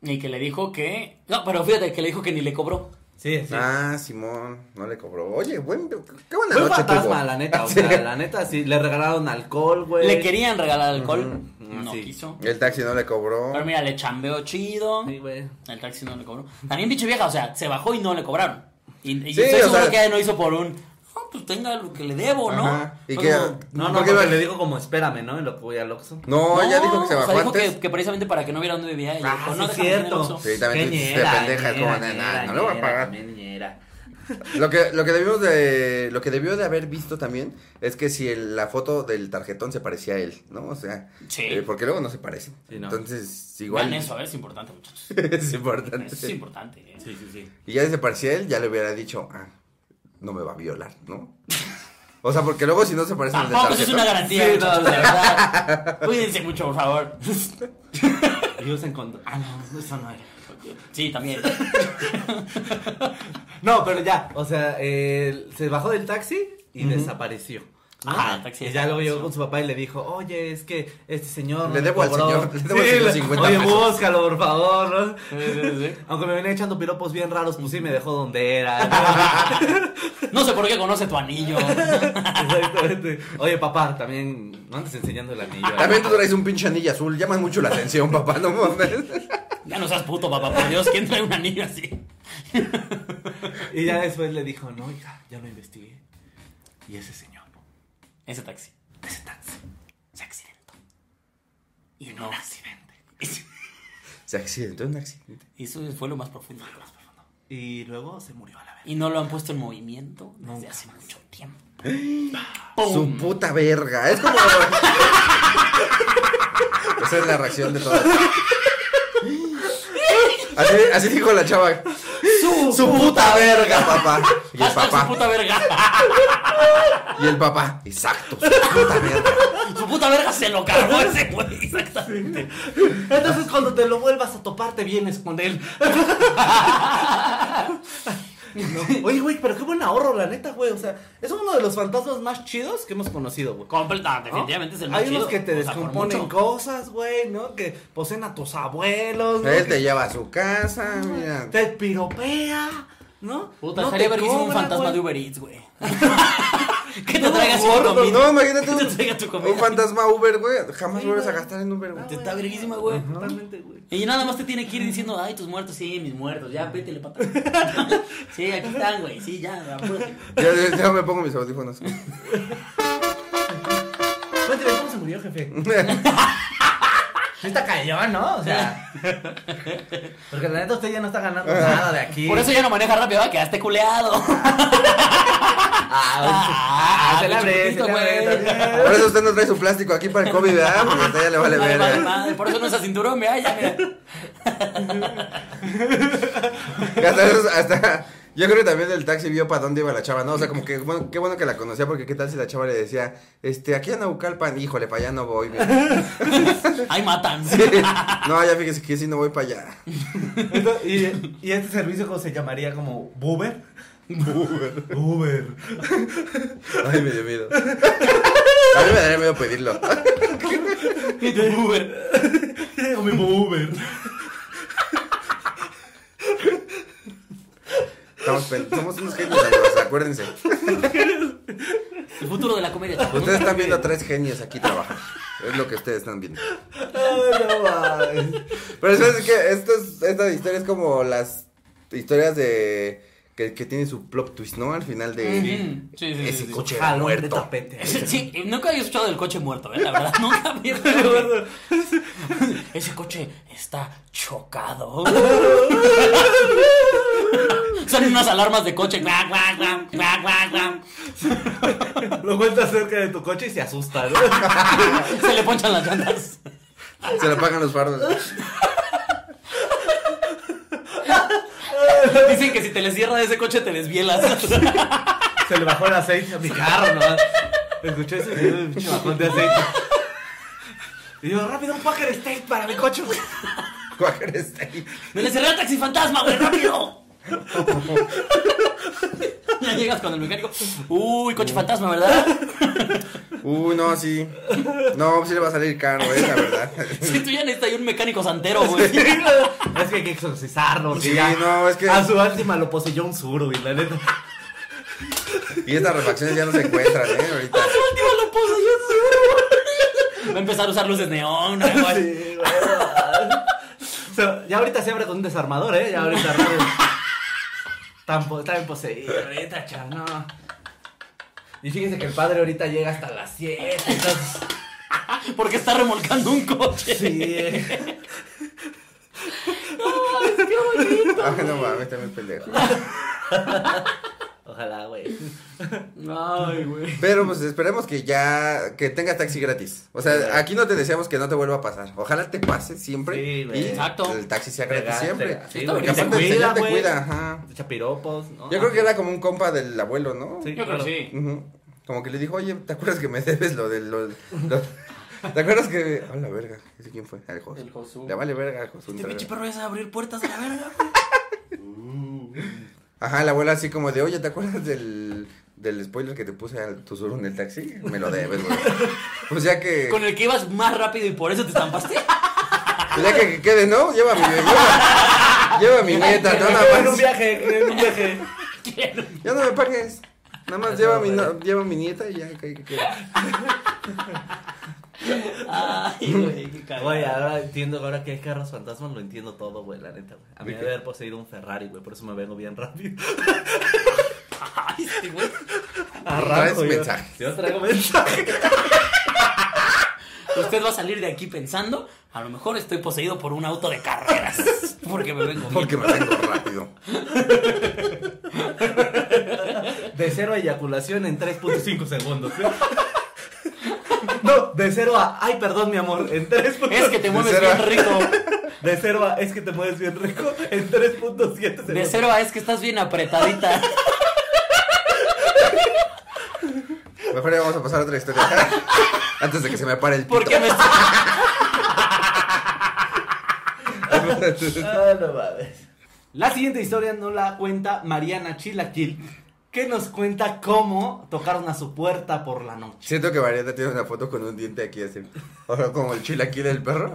Speaker 3: Y que le dijo que. No, pero fíjate que le dijo que ni le cobró.
Speaker 4: Sí, sí.
Speaker 2: Ah, Simón, no le cobró. Oye, buen, qué buena
Speaker 4: Fue
Speaker 2: noche
Speaker 4: fantasma,
Speaker 2: tuvo.
Speaker 4: la neta. O
Speaker 2: Sí.
Speaker 4: sea, la neta, sí. Le regalaron alcohol,
Speaker 3: Pues,
Speaker 4: güey.
Speaker 6: Le querían regalar alcohol.
Speaker 4: Ujú.
Speaker 6: No
Speaker 4: Sí.
Speaker 6: quiso.
Speaker 2: El taxi no le cobró.
Speaker 6: Pero mira, le chambeó chido.
Speaker 4: Sí, güey.
Speaker 6: El taxi no le cobró. También pinche vieja, o sea, se bajó y no le cobraron. Y, y
Speaker 2: Sí,
Speaker 6: estoy
Speaker 2: o
Speaker 6: seguro
Speaker 2: sea-
Speaker 6: que ella no hizo por un. "Ah, pues tenga lo que le debo, ¿no?
Speaker 2: Ajá. Y
Speaker 6: Fue
Speaker 2: que-
Speaker 6: como-
Speaker 4: No, no,
Speaker 2: ¿Por qué
Speaker 4: porque
Speaker 2: va-
Speaker 4: le dijo como espérame, ¿no? En lo que voy al Oxxo.
Speaker 2: No, ella dijo que se
Speaker 6: o sea,
Speaker 2: bajó
Speaker 6: dijo
Speaker 2: antes.
Speaker 6: Que, que precisamente para que no viera dónde vivía ella.
Speaker 4: Ah,
Speaker 6: dijo,
Speaker 4: no,
Speaker 6: no,
Speaker 4: Ah, sí es
Speaker 6: déjame en el
Speaker 4: cierto.
Speaker 6: Oxxo".
Speaker 2: Sí, también
Speaker 4: Qué
Speaker 2: se
Speaker 4: ñera,
Speaker 2: pendeja,
Speaker 4: ñera,
Speaker 2: como, "Nah, nah, no le voy a
Speaker 4: ñera,
Speaker 2: pagar".
Speaker 4: también ñera.
Speaker 2: Lo que, lo que debimos de. Lo que debió de haber visto también es que si el- la foto del tarjetón se parecía a él, ¿no? O sea.
Speaker 3: Sí.
Speaker 2: eh, porque luego no se parecen.
Speaker 4: Sí, no.
Speaker 2: Entonces, igual.
Speaker 3: Vean eso, a ver, es importante, muchachos.
Speaker 2: es importante.
Speaker 3: Eso es importante. ¿eh?
Speaker 4: Sí, sí, sí.
Speaker 2: Y ya si se parecía a él, ya le hubiera dicho, ah, no me va a violar, ¿no? O sea, porque luego si no se parecen al del
Speaker 3: Tampoco es
Speaker 2: tarjetón.
Speaker 3: una garantía,
Speaker 6: Sí,
Speaker 3: muchachos,
Speaker 6: no,
Speaker 3: de verdad. Cuídense mucho, por favor.
Speaker 4: Y usan con- Ah, no, eso no era.
Speaker 3: Sí, también.
Speaker 4: No, pero ya, o sea, eh, se bajó del taxi y desapareció. ¿no?
Speaker 3: Ah, el taxi
Speaker 4: y ya luego llegó
Speaker 3: desapareció.
Speaker 4: con su papá y le dijo, oye, es que este señor... no
Speaker 2: Le
Speaker 4: me
Speaker 2: debo al
Speaker 4: cobró".
Speaker 2: señor, le debo al señor
Speaker 4: le-
Speaker 2: 50
Speaker 4: Oye,
Speaker 2: pesos".
Speaker 4: búscalo, por favor. ¿no?
Speaker 3: sí, sí.
Speaker 4: Aunque me venía echando piropos bien raros, pues sí, me dejó donde era.
Speaker 3: No sé por qué conoce tu anillo.
Speaker 4: Exactamente. Oye, papá, también no andes enseñando el anillo. ¿eh?
Speaker 2: También tú traes un pinche anillo azul, llamas mucho la atención, papá, no mames.
Speaker 3: Ya no seas puto, papá, por Dios, ¿quién trae un anillo así?
Speaker 4: Y ya después le dijo, no, hija, ya lo investigué. Y ese señor,
Speaker 3: Ese taxi.
Speaker 4: ese taxi,
Speaker 3: Se accidentó. Y no.
Speaker 4: accidente.
Speaker 2: Se accidentó en un accidente.
Speaker 3: Y eso fue lo más profundo. Lo más profundo.
Speaker 4: Y luego se murió a la vez.
Speaker 3: Y no lo han puesto en movimiento desde
Speaker 4: Nunca
Speaker 3: hace mucho tiempo.
Speaker 2: Su puta verga. Es como. Esa es la reacción de todas. Así, así dijo la chava.
Speaker 3: Su,
Speaker 2: Su puta verga, papá. Y el
Speaker 3: Hashtag su
Speaker 2: papá.
Speaker 3: puta verga.
Speaker 2: Y el papá. Exacto, su puta verga.
Speaker 3: Su puta verga se lo cargó ese güey. Exactamente.
Speaker 4: Entonces cuando te lo vuelvas a topar, te vienes con él. No. Oye, güey, pero qué buen ahorro, la neta, güey. O sea, es uno de los fantasmas más chidos que hemos conocido, güey.
Speaker 3: Completa,
Speaker 4: ¿no?
Speaker 3: definitivamente es el más
Speaker 4: Hay
Speaker 3: chido.
Speaker 4: unos que te
Speaker 3: O sea, por
Speaker 4: descomponen
Speaker 3: mucho.
Speaker 4: cosas, güey, ¿no? Que poseen a tus abuelos, ¿no?
Speaker 2: Él
Speaker 4: Que
Speaker 2: te lleva a su casa. Mira.
Speaker 4: te piropea, ¿no?
Speaker 6: Puta,
Speaker 4: no
Speaker 6: estaría
Speaker 4: te
Speaker 6: verguísima un
Speaker 4: cobra,
Speaker 6: fantasma
Speaker 4: güey.
Speaker 6: de Uber Eats, güey. que te
Speaker 4: No,
Speaker 6: traigas un
Speaker 4: gordo,
Speaker 6: comida.
Speaker 2: No, imagínate
Speaker 6: Que te
Speaker 2: un,
Speaker 6: traiga tu comida.
Speaker 2: un fantasma Uber, güey. Jamás
Speaker 4: Sí,
Speaker 2: vuelves a
Speaker 4: güey.
Speaker 2: gastar en Uber, güey.
Speaker 4: Ah,
Speaker 6: Está verguísima, güey.
Speaker 4: Totalmente, güey.
Speaker 6: Y nada más te tiene que ir diciendo, ay, tus muertos, sí, mis muertos, ya, vétele, pata. sí, aquí están, güey, sí, ya, apúrate.
Speaker 2: Ya, ya- ya me pongo mis audífonos.
Speaker 4: Cuénteme, ¿cómo se murió, jefe? Está cañón, ¿no? O sea. Porque la neta usted ya no está ganando nada de aquí.
Speaker 6: Por eso ya no maneja rápido, ¿verdad? quedaste culeado.
Speaker 4: Ah, se le abre, se
Speaker 6: chiquitito,
Speaker 4: le abre.
Speaker 2: Por eso usted no trae su plástico aquí para el COVID, ¿verdad? Porque a usted ya le vale
Speaker 6: Vale, vale,
Speaker 2: verga.
Speaker 6: madre, Por eso no es a cinturón, mira, ya, mira.
Speaker 2: Que Hasta, eso- hasta- yo creo que también el taxi vio para dónde iba la chava, ¿no? O sea, como que, bueno, qué bueno que la conocía, porque qué tal si la chava le decía, este, aquí a Naucalpan, híjole, para allá no voy. mira.
Speaker 6: Ay, matan.
Speaker 2: No, ya fíjese que sí, no voy para allá.
Speaker 4: Entonces, Y, y este servicio ¿cómo se llamaría como Uber. Uber. Uber.
Speaker 2: Ay, me dio miedo. A mí me daría miedo pedirlo.
Speaker 6: Y tu Uber.
Speaker 4: O mi Uber.
Speaker 2: Estamos pen- somos unos genios, amigos, acuérdense.
Speaker 6: El futuro de la comedia, chavos.
Speaker 2: Ustedes están viendo a tres genios aquí trabajar. Es lo que ustedes están viendo.
Speaker 4: Ay, no, mames.
Speaker 2: Pero sabes que esto es, esta historia es como las historias de que, que tiene su plot twist, ¿no? Al final de
Speaker 3: Ujú. Sí, sí, sí,
Speaker 2: ese
Speaker 3: sí.
Speaker 2: coche
Speaker 4: Jalón de
Speaker 2: muerto.
Speaker 4: tapete.
Speaker 6: Sí, nunca había escuchado del coche muerto, ¿eh? La verdad, nunca había escuchado. Ese coche está chocado. Son unas alarmas de coche. Guau, guau, guau, guau, guau, guau.
Speaker 4: Lo cuentas cerca de tu coche y se asusta, ¿no?
Speaker 6: Se le ponchan las llantas.
Speaker 2: Se le apagan los fardos.
Speaker 3: Dicen que si te les cierra ese coche te desvielas.
Speaker 4: Se le bajó el aceite a mi carro, ¿no? Escuché ese sonido de pinche bajón de aceite. Y yo, rápido, un Quaker State para mi coche.
Speaker 2: Quaker State.
Speaker 3: ¡Me le cerré al taxi fantasma, güey! ¡Rápido! ya llegas con el mecánico. Uy, coche fantasma, ¿verdad?
Speaker 2: Uh, no, sí. No, sí le va a salir caro, eh, la verdad.
Speaker 3: Si tú ya necesitas ahí un mecánico santero, güey.
Speaker 4: Es que hay que exorcizarlo. que
Speaker 2: Sí,
Speaker 4: ya
Speaker 2: no, es que-
Speaker 4: A su última lo poseyó un suru, y la neta.
Speaker 2: Y estas refacciones ya no se encuentran, eh, ahorita.
Speaker 3: Última lo puse yo. Va a empezar a usar luces neón, güey.
Speaker 4: Sí, güey. So, ya ahorita se abre con un desarmador, ¿eh? Ya ahorita raro. Tampo, está bien poseído ahorita, chaval, no. Y fíjense que el padre ahorita llega hasta las 7, entonces...
Speaker 3: Porque está remolcando un coche.
Speaker 4: Sí.
Speaker 2: Ah, no mames, también pendejo.
Speaker 4: Ojalá, güey.
Speaker 3: Ay, güey.
Speaker 2: Pero pues esperemos que ya, que tengas taxi gratis. O sea, aquí no te deseamos que no te vuelva a pasar. Ojalá te pase siempre.
Speaker 4: Sí,
Speaker 2: y
Speaker 4: güey.
Speaker 3: Exacto.
Speaker 2: el taxi sea gratis
Speaker 4: Pega-
Speaker 2: pues siempre.
Speaker 4: pega- sí,
Speaker 2: Sí,
Speaker 4: güey.
Speaker 2: porque
Speaker 4: Y te
Speaker 2: aparte el
Speaker 4: cuida,
Speaker 2: señor te
Speaker 4: güey.
Speaker 2: cuida, ajá.
Speaker 4: Echa piropos, ¿no?
Speaker 2: Yo creo que era como un compa del abuelo, ¿no?
Speaker 4: Sí,
Speaker 3: Yo creo
Speaker 4: claro.
Speaker 3: que sí.
Speaker 2: Ujú. Como que le dijo, oye, ¿te acuerdas que me debes lo del... Lo, lo- ¿Te acuerdas que... A la verga. ¿Ese quién fue? "Ah, El Josu.
Speaker 3: El Josu.
Speaker 2: Le vale verga al Josu.
Speaker 3: Este
Speaker 2: la
Speaker 3: pinche
Speaker 2: verga.
Speaker 3: perro ya sabe abrir puertas a la verga, güey.
Speaker 2: Ajá, la abuela así como de, oye, ¿te acuerdas del... Del spoiler que te puse al tu sur en el taxi? Me lo debes, güey. Pues ya que...
Speaker 3: Con el que ibas más rápido y por eso te estampaste.
Speaker 2: pues ya que, que quede, ¿no? Lleva a mi... Lleva, lleva a mi nieta, no nada
Speaker 4: En un
Speaker 2: más.
Speaker 4: viaje, en un viaje.
Speaker 2: Ya no me pagues. Nada más
Speaker 4: Eso,
Speaker 2: lleva a mi,
Speaker 4: güey.
Speaker 2: no- lleva a mi nieta y ya que, que quede.
Speaker 3: Ay, güey, qué cagado.
Speaker 4: Güey, ahora entiendo, ahora que hay carros fantasmas, lo entiendo todo, güey, la neta, güey. A mí
Speaker 2: ¿De
Speaker 4: me
Speaker 2: qué?
Speaker 4: debe haber poseído un Ferrari, güey, por eso me vengo bien rápido.
Speaker 3: Ay, este güey.
Speaker 2: Traes
Speaker 4: Arranco yo.
Speaker 2: mensajes.
Speaker 4: Yo traigo mensaje.
Speaker 3: Usted va a salir de aquí pensando, a lo mejor estoy poseído por un auto de carreras. Porque me vengo. bien.
Speaker 2: Porque me vengo rápido.
Speaker 4: De cero a eyaculación en 3.5 segundos. No, de cero a, ay, perdón, mi amor, en 3.
Speaker 3: Es que te mueves
Speaker 2: cero a-
Speaker 3: bien rico.
Speaker 4: De cero a, es que te mueves bien rico en 3.7 segundos.
Speaker 3: De cero a es que estás bien apretadita.
Speaker 2: Mejor ya vamos a pasar a otra historia. Antes de que se me pare el pito.
Speaker 3: Porque me estoy.
Speaker 4: Ah, no mames. La siguiente historia no la cuenta Mariana Chilaquil, que nos cuenta cómo tocaron a su puerta por la noche.
Speaker 2: Siento que Mariana tiene una foto con un diente aquí así. Ahora como el chile aquí del perro.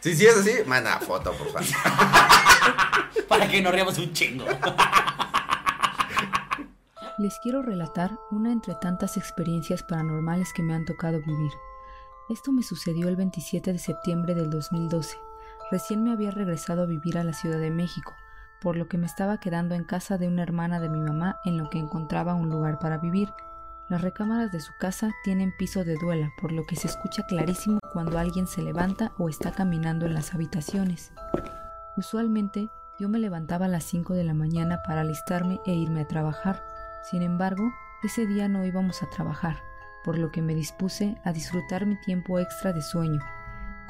Speaker 2: Sí, sí es así, manda foto, por favor.
Speaker 3: Para que nos riamos un chingo.
Speaker 5: Les quiero relatar una entre tantas experiencias paranormales que me han tocado vivir. Esto me sucedió el 27 de septiembre del 2012. Recién me había regresado a vivir a la Ciudad de México, por lo que me estaba quedando en casa de una hermana de mi mamá en lo que encontraba un lugar para vivir. Las recámaras de su casa tienen piso de duela, por lo que se escucha clarísimo cuando alguien se levanta o está caminando en las habitaciones. Usualmente yo me levantaba a las 5 de la mañana para alistarme e irme a trabajar. Sin embargo, ese día no íbamos a trabajar, por lo que me dispuse a disfrutar mi tiempo extra de sueño,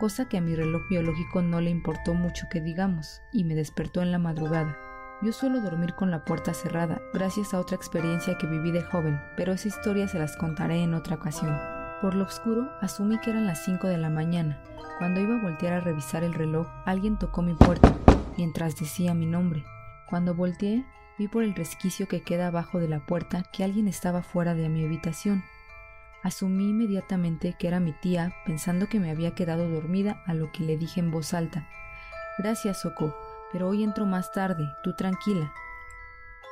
Speaker 5: cosa que a mi reloj biológico no le importó mucho que digamos, y me despertó en la madrugada. Yo suelo dormir con la puerta cerrada, gracias a otra experiencia que viví de joven, pero esa historia se las contaré en otra ocasión. Por lo oscuro, asumí que eran las 5 de la mañana. Cuando iba a voltear a revisar el reloj, alguien tocó mi puerta, mientras decía mi nombre. Cuando volteé, vi por el resquicio que queda abajo de la puerta que alguien estaba fuera de mi habitación. Asumí inmediatamente que era mi tía, pensando que me había quedado dormida a lo que le dije en voz alta. Gracias, Soko, pero hoy entro más tarde, tú tranquila.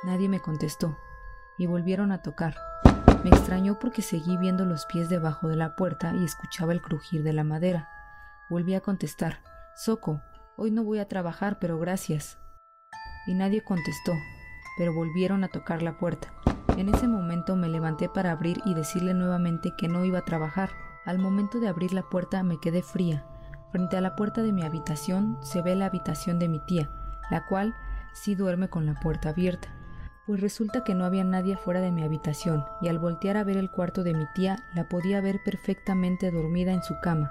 Speaker 5: Nadie me contestó, y volvieron a tocar. Me extrañó porque seguí viendo los pies debajo de la puerta y escuchaba el crujir de la madera. Volví a contestar, Soco, hoy no voy a trabajar, pero gracias. Y nadie contestó, pero volvieron a tocar la puerta. En ese momento me levanté para abrir y decirle nuevamente que no iba a trabajar. Al momento de abrir la puerta me quedé fría. Frente a la puerta de mi habitación se ve la habitación de mi tía, la cual sí duerme con la puerta abierta. Pues resulta que no había nadie afuera de mi habitación, y al voltear a ver el cuarto de mi tía la podía ver perfectamente dormida en su cama.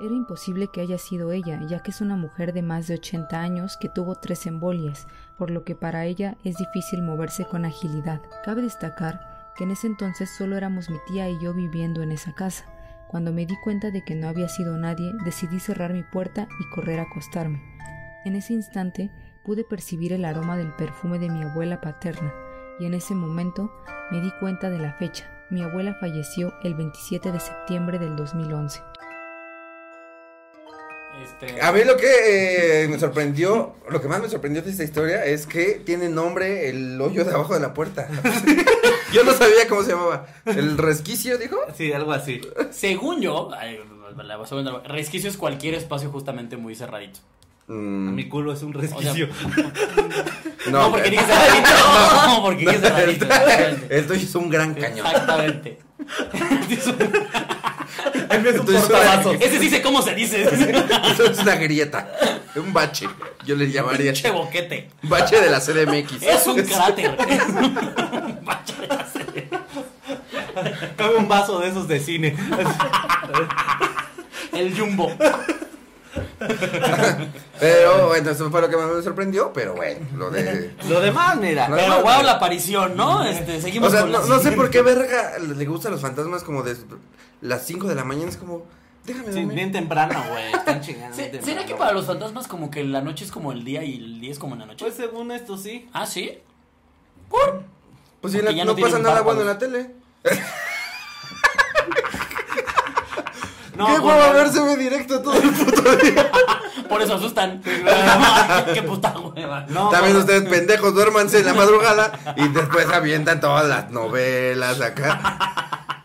Speaker 5: Era imposible que haya sido ella, ya que es una mujer de más de 80 años que tuvo tres embolias, por lo que para ella es difícil moverse con agilidad. Cabe destacar que en ese entonces solo éramos mi tía y yo viviendo en esa casa. Cuando me di cuenta de que no había sido nadie, decidí cerrar mi puerta y correr a acostarme. En ese instante pude percibir el aroma del perfume de mi abuela paterna, y en ese momento me di cuenta de la fecha. Mi abuela falleció el 27 de septiembre del 2011.
Speaker 3: Este,
Speaker 2: A mí lo que eh, me sorprendió, lo que más me sorprendió de esta historia es que tiene nombre el hoyo de abajo de la puerta. Yo no sabía cómo se llamaba. ¿El resquicio, dijo?
Speaker 4: Sí, algo así.
Speaker 3: Según yo, ay, la voy a poner- resquicio es cualquier espacio justamente muy cerradito.
Speaker 2: Mm,
Speaker 4: Mi culo es un resquicio.
Speaker 3: No, porque
Speaker 2: eh,
Speaker 3: dije cerradito. No, porque
Speaker 2: no,
Speaker 3: dije cerradito.
Speaker 2: el,
Speaker 3: exactamente.
Speaker 2: el tuyo es un gran cañón.
Speaker 3: Exactamente.
Speaker 2: El tuyo es, una,
Speaker 3: Ese sí sé cómo se dice.
Speaker 2: es una grieta, un bache. Yo le llamaría
Speaker 3: Che boquete.
Speaker 2: bache de la CDMX.
Speaker 3: Es un cráter. Es un bache de la serie.
Speaker 4: Cabe un vaso de esos de cine.
Speaker 3: El jumbo.
Speaker 2: Pero bueno, eso fue lo que más me sorprendió, pero bueno, lo de...
Speaker 4: Lo demás, mira.
Speaker 2: No,
Speaker 3: Pero wow, la aparición, ¿no? Este, seguimos
Speaker 2: O sea,
Speaker 3: con
Speaker 2: no,
Speaker 3: la
Speaker 2: no sé
Speaker 3: siguiente.
Speaker 2: por qué verga le gustan los fantasmas como de las 5 de la mañana, es como, déjame
Speaker 4: Sí,
Speaker 2: dormir.
Speaker 4: bien temprano, güey. Están chingando.
Speaker 3: Se-
Speaker 4: bien
Speaker 3: ¿Será
Speaker 4: temprano.
Speaker 3: que para los fantasmas como que la noche es como el día y el día es como la noche?
Speaker 4: Pues según esto sí.
Speaker 3: ah, ¿sí?
Speaker 2: Pues sí,
Speaker 3: Porque
Speaker 2: la-
Speaker 3: ya no
Speaker 2: no pasa
Speaker 3: tienen
Speaker 2: nada
Speaker 3: párpados.
Speaker 2: bueno en la tele.
Speaker 4: No,
Speaker 2: ¿Qué
Speaker 4: güey,
Speaker 2: hueva ver se ve directo todo el puto día?
Speaker 3: Por eso asustan. Ay, qué puta hueva.
Speaker 4: No,
Speaker 2: También
Speaker 4: güey.
Speaker 2: ustedes pendejos, duérmanse en la madrugada y después avientan todas las novelas acá.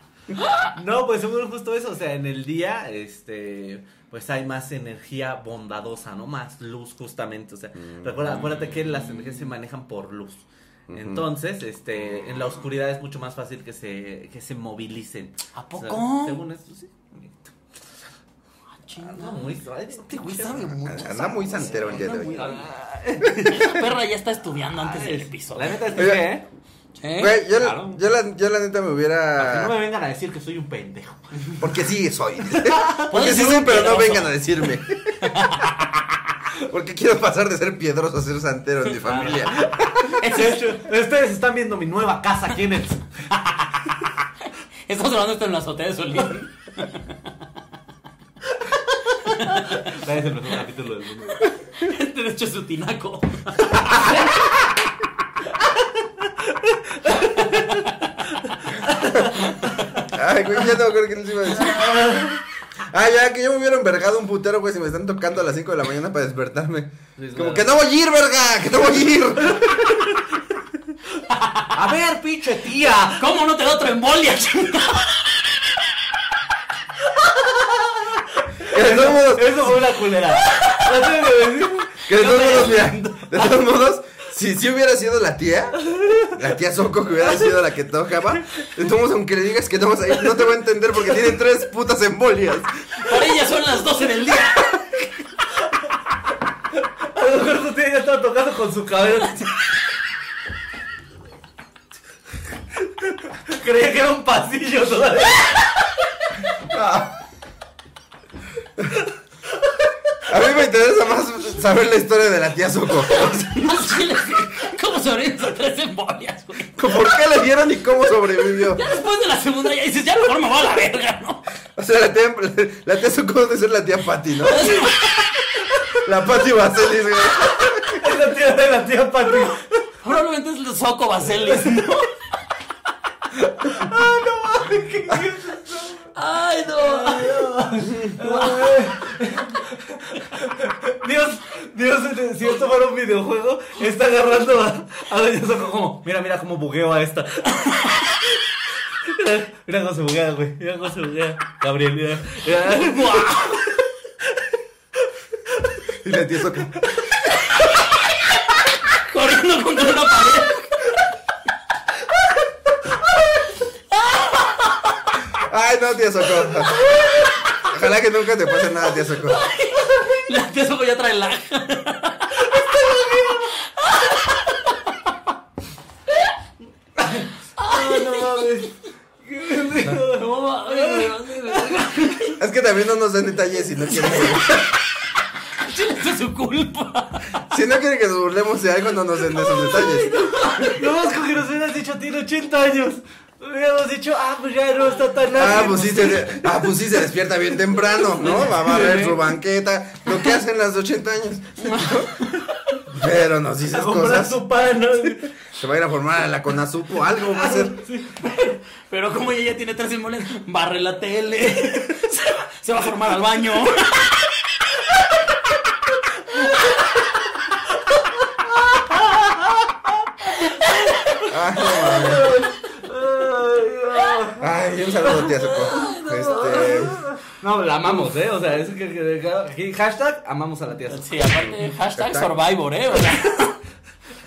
Speaker 4: No, pues seguro justo eso, o sea, en el día, este, pues hay más energía bondadosa, ¿no? Más luz justamente, o sea, recuerda, acuérdate que las energías se manejan por luz. Entonces, este, en la oscuridad es mucho más fácil que se, que se movilicen.
Speaker 3: ¿A
Speaker 4: O sea,
Speaker 3: poco?
Speaker 4: según esto, sí.
Speaker 3: Ah, chinga.
Speaker 4: Anda muy este güey
Speaker 3: sabe mucho.
Speaker 2: Anda muy santero el día de hoy.
Speaker 3: Esta perra ya está estudiando
Speaker 4: este
Speaker 3: antes del
Speaker 4: La
Speaker 3: episodio.
Speaker 4: neta es que,
Speaker 2: Oiga,
Speaker 4: sí, ¿eh?
Speaker 3: ¿Eh?
Speaker 2: Güey, yo, la-
Speaker 4: Claro.
Speaker 2: yo la, yo la neta me
Speaker 4: Que no me
Speaker 2: hubiera...
Speaker 4: vengan a decir que soy un pendejo.
Speaker 2: Porque sí soy. Porque
Speaker 3: Puedes
Speaker 2: sí
Speaker 3: ser
Speaker 2: soy,
Speaker 3: un
Speaker 2: pero no
Speaker 3: piedroso.
Speaker 2: vengan a decirme. Porque quiero pasar de ser piedroso a ser santero en mi familia.
Speaker 3: Eso
Speaker 4: De
Speaker 3: es-
Speaker 4: hecho, ustedes están viendo mi nueva casa aquí en el...
Speaker 3: Estamos grabando esto en la azotea de Solín.
Speaker 4: Ese es el mejor capítulo del mundo.
Speaker 3: Este, De hecho, es su tinaco.
Speaker 2: Ay, güey, ya no me acuerdo qué les iba a decir. Ah, ya, que yo me hubiera envergado un putero, güey, si me están tocando a las 5 de la mañana para despertarme.
Speaker 4: Sí, es
Speaker 2: Como
Speaker 4: verdad.
Speaker 2: que no voy a ir, verga, que no voy a ir.
Speaker 4: A ver, pinche tía.
Speaker 3: ¿Cómo no te da otro embolia? chinga?
Speaker 2: Que de todos modos,
Speaker 4: Eso fue una culera. Lo tengo que decir.
Speaker 2: que de todos modos, mira, de todos modos, si, si hubiera sido la tía, la tía Soco que hubiera sido la que tocaba, entonces aunque le digas que no vas a ir, no te va a entender porque tiene tres putas embolias.
Speaker 3: Para ella son las 12 del día.
Speaker 4: A lo mejor su tía ya estaba tocando con su cabeza. Creía que era un pasillo todavía.
Speaker 2: A mí me interesa más saber la historia de la tía Soco.
Speaker 3: Así les- ¿Cómo sobrevives a tres embolias, güey?
Speaker 2: ¿Por qué le dieron y cómo sobrevivió?
Speaker 3: Después de la segunda ya dices, ya mejor me voy a la verga, ¿no?
Speaker 2: O sea, la tía, la tía Soco debe ser la tía Patty, ¿no? La Patty Baselis, güey.
Speaker 4: Es la tía de la tía Pati.
Speaker 3: Probablemente es el Soco Baselis, ¿no? ¡Ay, no!
Speaker 4: Dios, Dios, si esto fuera un videojuego, está agarrando a, a Doña Soco como, mira, mira cómo bugueo a esta. Mira, mira cómo se buguea, güey. Mira cómo se buguea. Gabriel, mira. mira.
Speaker 2: Y la tía Soco.
Speaker 3: Corriendo contra una pared.
Speaker 2: Ay, no, tía Soco. Ojalá que nunca te pase nada, tía Soco.
Speaker 3: La tía Soco ya trae lag.
Speaker 4: Ah, no mames.
Speaker 3: No, ay, no, no, no, no.
Speaker 2: Es que también no nos dan detalles y no quieren,
Speaker 3: Chile, eso es su culpa.
Speaker 2: si no quieren que nos burlemos de algo, no nos den esos detalles.
Speaker 4: Lo más que nos hubieras dicho tiene 80 años. Hubiéramos dicho, ah, pues ya no está tan
Speaker 2: Ah,
Speaker 4: largo.
Speaker 2: pues sí, se, de- ah, pues sí se despierta bien temprano, ¿no? Va a ver su banqueta, lo que hacen las de 80 años. Pero nos dices
Speaker 4: A comprar
Speaker 2: cosas.
Speaker 4: su pan, ¿no?
Speaker 2: Se va a ir a formar a la Conazupo, algo va a hacer.
Speaker 3: Pero como ella ya tiene tres inmuebles, barre la tele. Se va, se va a formar al baño.
Speaker 2: Ay, no mames. Ay, un saludo, tía Soco. Este,
Speaker 4: No, la amamos, ¿eh? O sea, es que, que- que- aquí, hashtag amamos a la tía.
Speaker 3: Sí, aparte, hashtag survivor, ¿eh? O sea,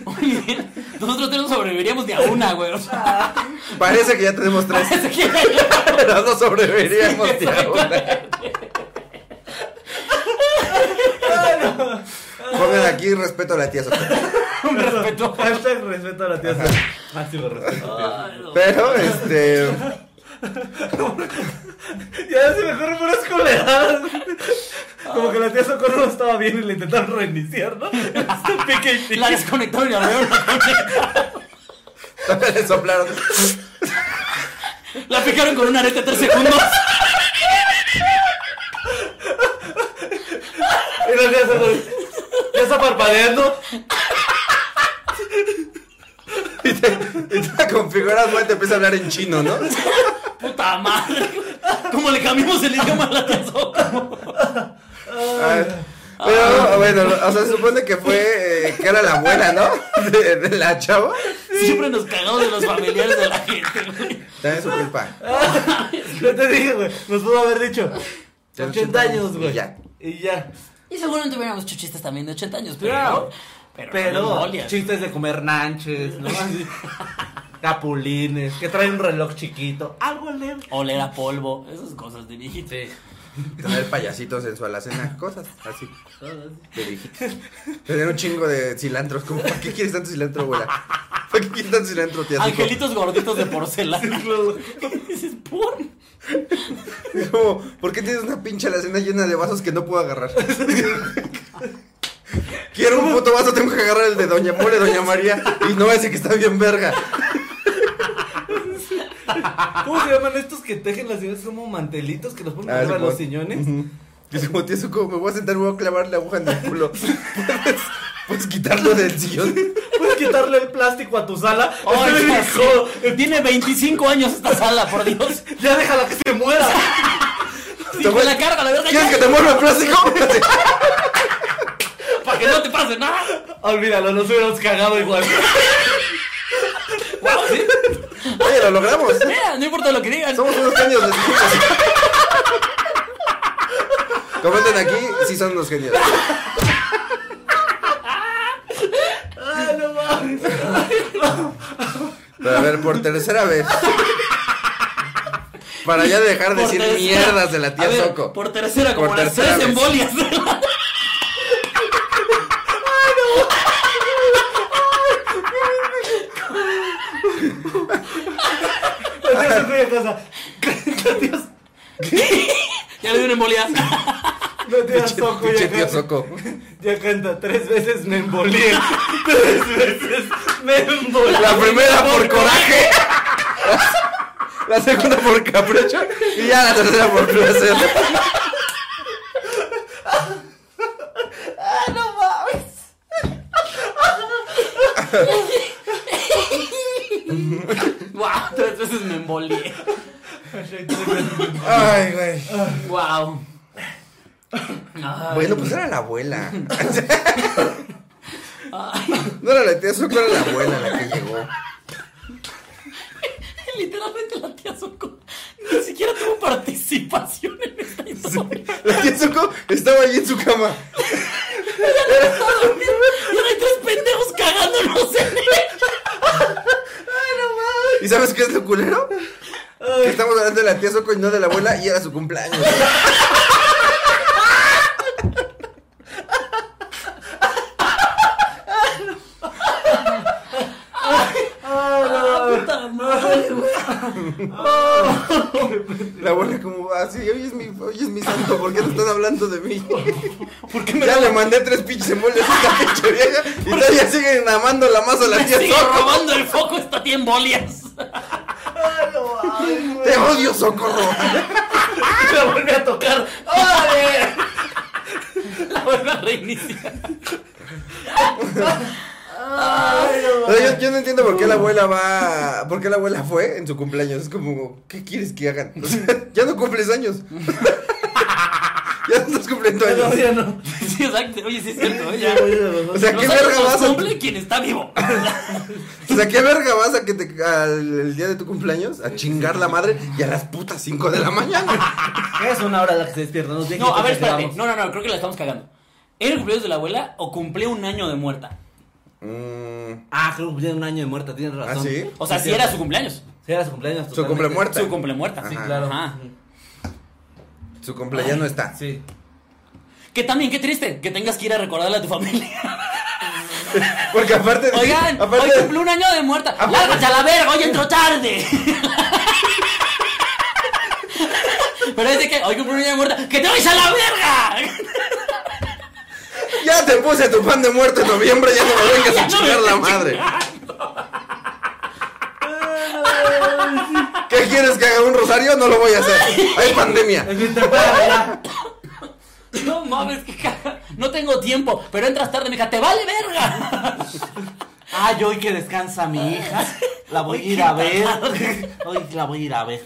Speaker 3: muy bien. Nosotros tres no sobreviviríamos ni a una, güey. O sea,
Speaker 2: parece que ya tenemos tres,
Speaker 3: parece que-
Speaker 2: pero no sobreviviríamos, tía. Pongan aquí respeto a la tía Soco.
Speaker 3: un respeto.
Speaker 4: Hashtag respeto a la tía. Máximo respeto.
Speaker 2: Pero, este.
Speaker 4: Ya se me corren puras coleadas. Como que la tía Socorro no estaba bien y le intentaron reiniciar, ¿no? Este pique y pique.
Speaker 3: La desconectaron y la volvieron a conectar.
Speaker 2: Todavía le soplaron.
Speaker 3: La picaron con una arete tres segundos.
Speaker 4: Y la tía Socorro, Ya está parpadeando.
Speaker 2: Y te, y te la configuras mal, te empieza a hablar en chino, ¿no?
Speaker 3: Puta madre. ¿Cómo le cambiamos el idioma a la tía Soco?
Speaker 2: Ay, Pero bueno, o sea, se supone que fue eh, que era la abuela, ¿no? De, de la chava.
Speaker 3: Siempre nos cagamos de los familiares de la gente, güey.
Speaker 2: También es su culpa.
Speaker 4: Yo te dije, güey. Nos pudo haber dicho.
Speaker 2: Ya
Speaker 4: 80 años, güey.
Speaker 2: y ya.
Speaker 4: Y ya.
Speaker 3: Y seguramente hubiéramos hecho chistes también de 80 años, pero.
Speaker 4: Claro.
Speaker 3: Pero. con
Speaker 4: Pero
Speaker 3: molias.
Speaker 4: chistes de comer nanches, ¿no? Así, Capulines, que traen un reloj chiquito. Algo leve.
Speaker 3: Oler a polvo. Esas cosas de viejito.
Speaker 2: Tener payasitos en su alacena, cosas así. Te dije. Tener un chingo de cilantros. Como, ¿Para qué quieres tanto cilantro, abuela? ¿Para qué quieres tanto cilantro, tía? Así como-
Speaker 3: Angelitos gorditos de porcelana. Dices, por.
Speaker 2: Como, ¿por qué tienes una pinche alacena llena de vasos que no puedo agarrar? Quiero un puto vaso, tengo que agarrar el de Doña Mole, Doña María, y no ese que está bien verga.
Speaker 4: ¿Cómo se llaman estos que tejen las señoras? Como mantelitos que los ponen
Speaker 2: Ah,
Speaker 4: arriba de
Speaker 2: Simón.
Speaker 4: los sillones.
Speaker 2: Ujú. Dice, como tío, como me voy a sentar, me voy a clavar la aguja en el culo. Puedes, puedes quitarlo del sillón.
Speaker 4: ¿Puedes quitarle el plástico a tu sala?
Speaker 3: Ay,
Speaker 4: Este
Speaker 3: ya
Speaker 4: dijo,
Speaker 3: sé. Tiene 25 años esta sala, por Dios.
Speaker 4: ya déjala que se muera.
Speaker 3: Sí, con la carga, la verga,
Speaker 2: ¿Quieres
Speaker 3: ya.
Speaker 2: que te mueva el plástico?
Speaker 3: Para que no te pase nada.
Speaker 4: Olvídalo, nos hubiéramos cagado igual.
Speaker 3: Guau, sí. Pues
Speaker 2: Oye, lo logramos.
Speaker 3: Mira, no importa lo que digan.
Speaker 2: Somos unos genios, les escuchas. Comenten aquí si son unos genios.
Speaker 4: Ay, no mames.
Speaker 2: Pero a ver, por tercera vez. Para ya dejar de
Speaker 3: Por
Speaker 2: decir
Speaker 3: tercera-
Speaker 2: mierdas de la
Speaker 3: a
Speaker 2: tía
Speaker 3: ver,
Speaker 2: Soco.
Speaker 3: Por tercera, como
Speaker 2: Por
Speaker 3: las
Speaker 2: tercera vez.
Speaker 3: tres embolias. de la-
Speaker 4: La tía se fue de casa. La tía,
Speaker 3: ya le di una embolia.
Speaker 4: la tía Soco
Speaker 2: Pinche
Speaker 4: ya
Speaker 2: tío
Speaker 4: canta,
Speaker 2: Soco.
Speaker 4: ya canta. Tres veces me embolé. Tres veces me embolé.
Speaker 2: La primera por coraje. La segunda por capricho. Y ya la tercera por placer.
Speaker 3: Guau, tres veces me embolié.
Speaker 2: Ay, güey.
Speaker 3: Guau. Ah. Ay,
Speaker 2: Bueno, pues era la abuela. No era la tía Soco, era la abuela la que llegó.
Speaker 3: Literalmente la tía Soco ni siquiera tuvo participación en esta historia.
Speaker 2: La tía Soco estaba allí en su cama.
Speaker 3: Y ahora hay tres pendejos cagándonos en él.
Speaker 2: ¿Y sabes qué es lo culero? Que estamos hablando de la tía Soco y no de la abuela y era su cumpleaños.
Speaker 3: Ah, puta no duele, güey.
Speaker 2: La abuela como así, oye es mi, hoy es mi santo, ¿por qué no están hablando de mí?
Speaker 3: ¿Por qué me
Speaker 2: Ya
Speaker 3: la-
Speaker 2: le mandé tres pinches emboles a esta pinche vieja y todavía siguen amando la masa a la
Speaker 3: me
Speaker 2: tía
Speaker 3: sigue
Speaker 2: Socorro.
Speaker 3: robando el foco esta tía en bolias?
Speaker 2: Te odio, Socorro.
Speaker 3: La vuelve a tocar. ¡Órale! La vuelve a reiniciar.
Speaker 2: O sea, yo, yo no entiendo por qué la abuela va, por qué la abuela fue en su cumpleaños. Es como, ¿qué quieres que hagan? O sea, ya no cumples años. ya no estás cumpliendo años.
Speaker 4: Todavía no.
Speaker 3: Sí, exacto. Oye, sí es cierto, ¿eh? ya.
Speaker 2: O sea,
Speaker 3: Los
Speaker 2: ¿qué
Speaker 3: años
Speaker 2: verga
Speaker 3: los
Speaker 2: vas a
Speaker 3: cumple quien está vivo.
Speaker 2: O sea, ¿qué verga vas a que te al el día de tu cumpleaños a chingar la madre y a las putas 5 de la mañana?
Speaker 4: Es una hora la que se despierta. Nos
Speaker 3: No, a ver, espérate. No, no, no, creo que la estamos cagando. ¿Era el cumpleaños de la abuela o cumplió un año de muerta?
Speaker 2: Mm,
Speaker 4: Ah, creo que tiene un año de muerta, tienes
Speaker 2: ¿Ah,
Speaker 4: razón.
Speaker 2: sí?
Speaker 3: O sea, si
Speaker 4: cierto.
Speaker 3: era su cumpleaños.
Speaker 4: Sí, era su cumpleaños.
Speaker 2: su
Speaker 4: totalmente.
Speaker 2: cumple muerta.
Speaker 3: Su cumple muerta.
Speaker 4: Sí,
Speaker 2: Ajá.
Speaker 4: claro.
Speaker 3: Ajá.
Speaker 2: Su cumple ya no está.
Speaker 4: Sí.
Speaker 3: Que también, qué triste que tengas que ir a recordarle a tu familia.
Speaker 2: Porque aparte de.
Speaker 3: Oigan,
Speaker 2: aparte
Speaker 3: hoy
Speaker 2: de-
Speaker 3: cumple un año de muerta. ¡Lárgate a la verga! ¡Hoy entró tarde! Pero es de que hoy cumple un año de muerta. ¡Que te vayas a la verga!
Speaker 2: Ya te puse tu pan de muerto en noviembre, ya no me vengas a
Speaker 3: Ya no me
Speaker 2: chingar la
Speaker 3: vengas a
Speaker 2: madre. ¿Qué quieres que haga un rosario? No lo voy a hacer. Hay pandemia.
Speaker 4: En fin, te para, ya.
Speaker 3: No mames, que caga. No tengo tiempo, pero entras tarde, mija. ¡Te vale verga!
Speaker 4: Ah, yo hoy que descansa mi hija. La voy a ir a ver. Hoy la voy a ir a ver.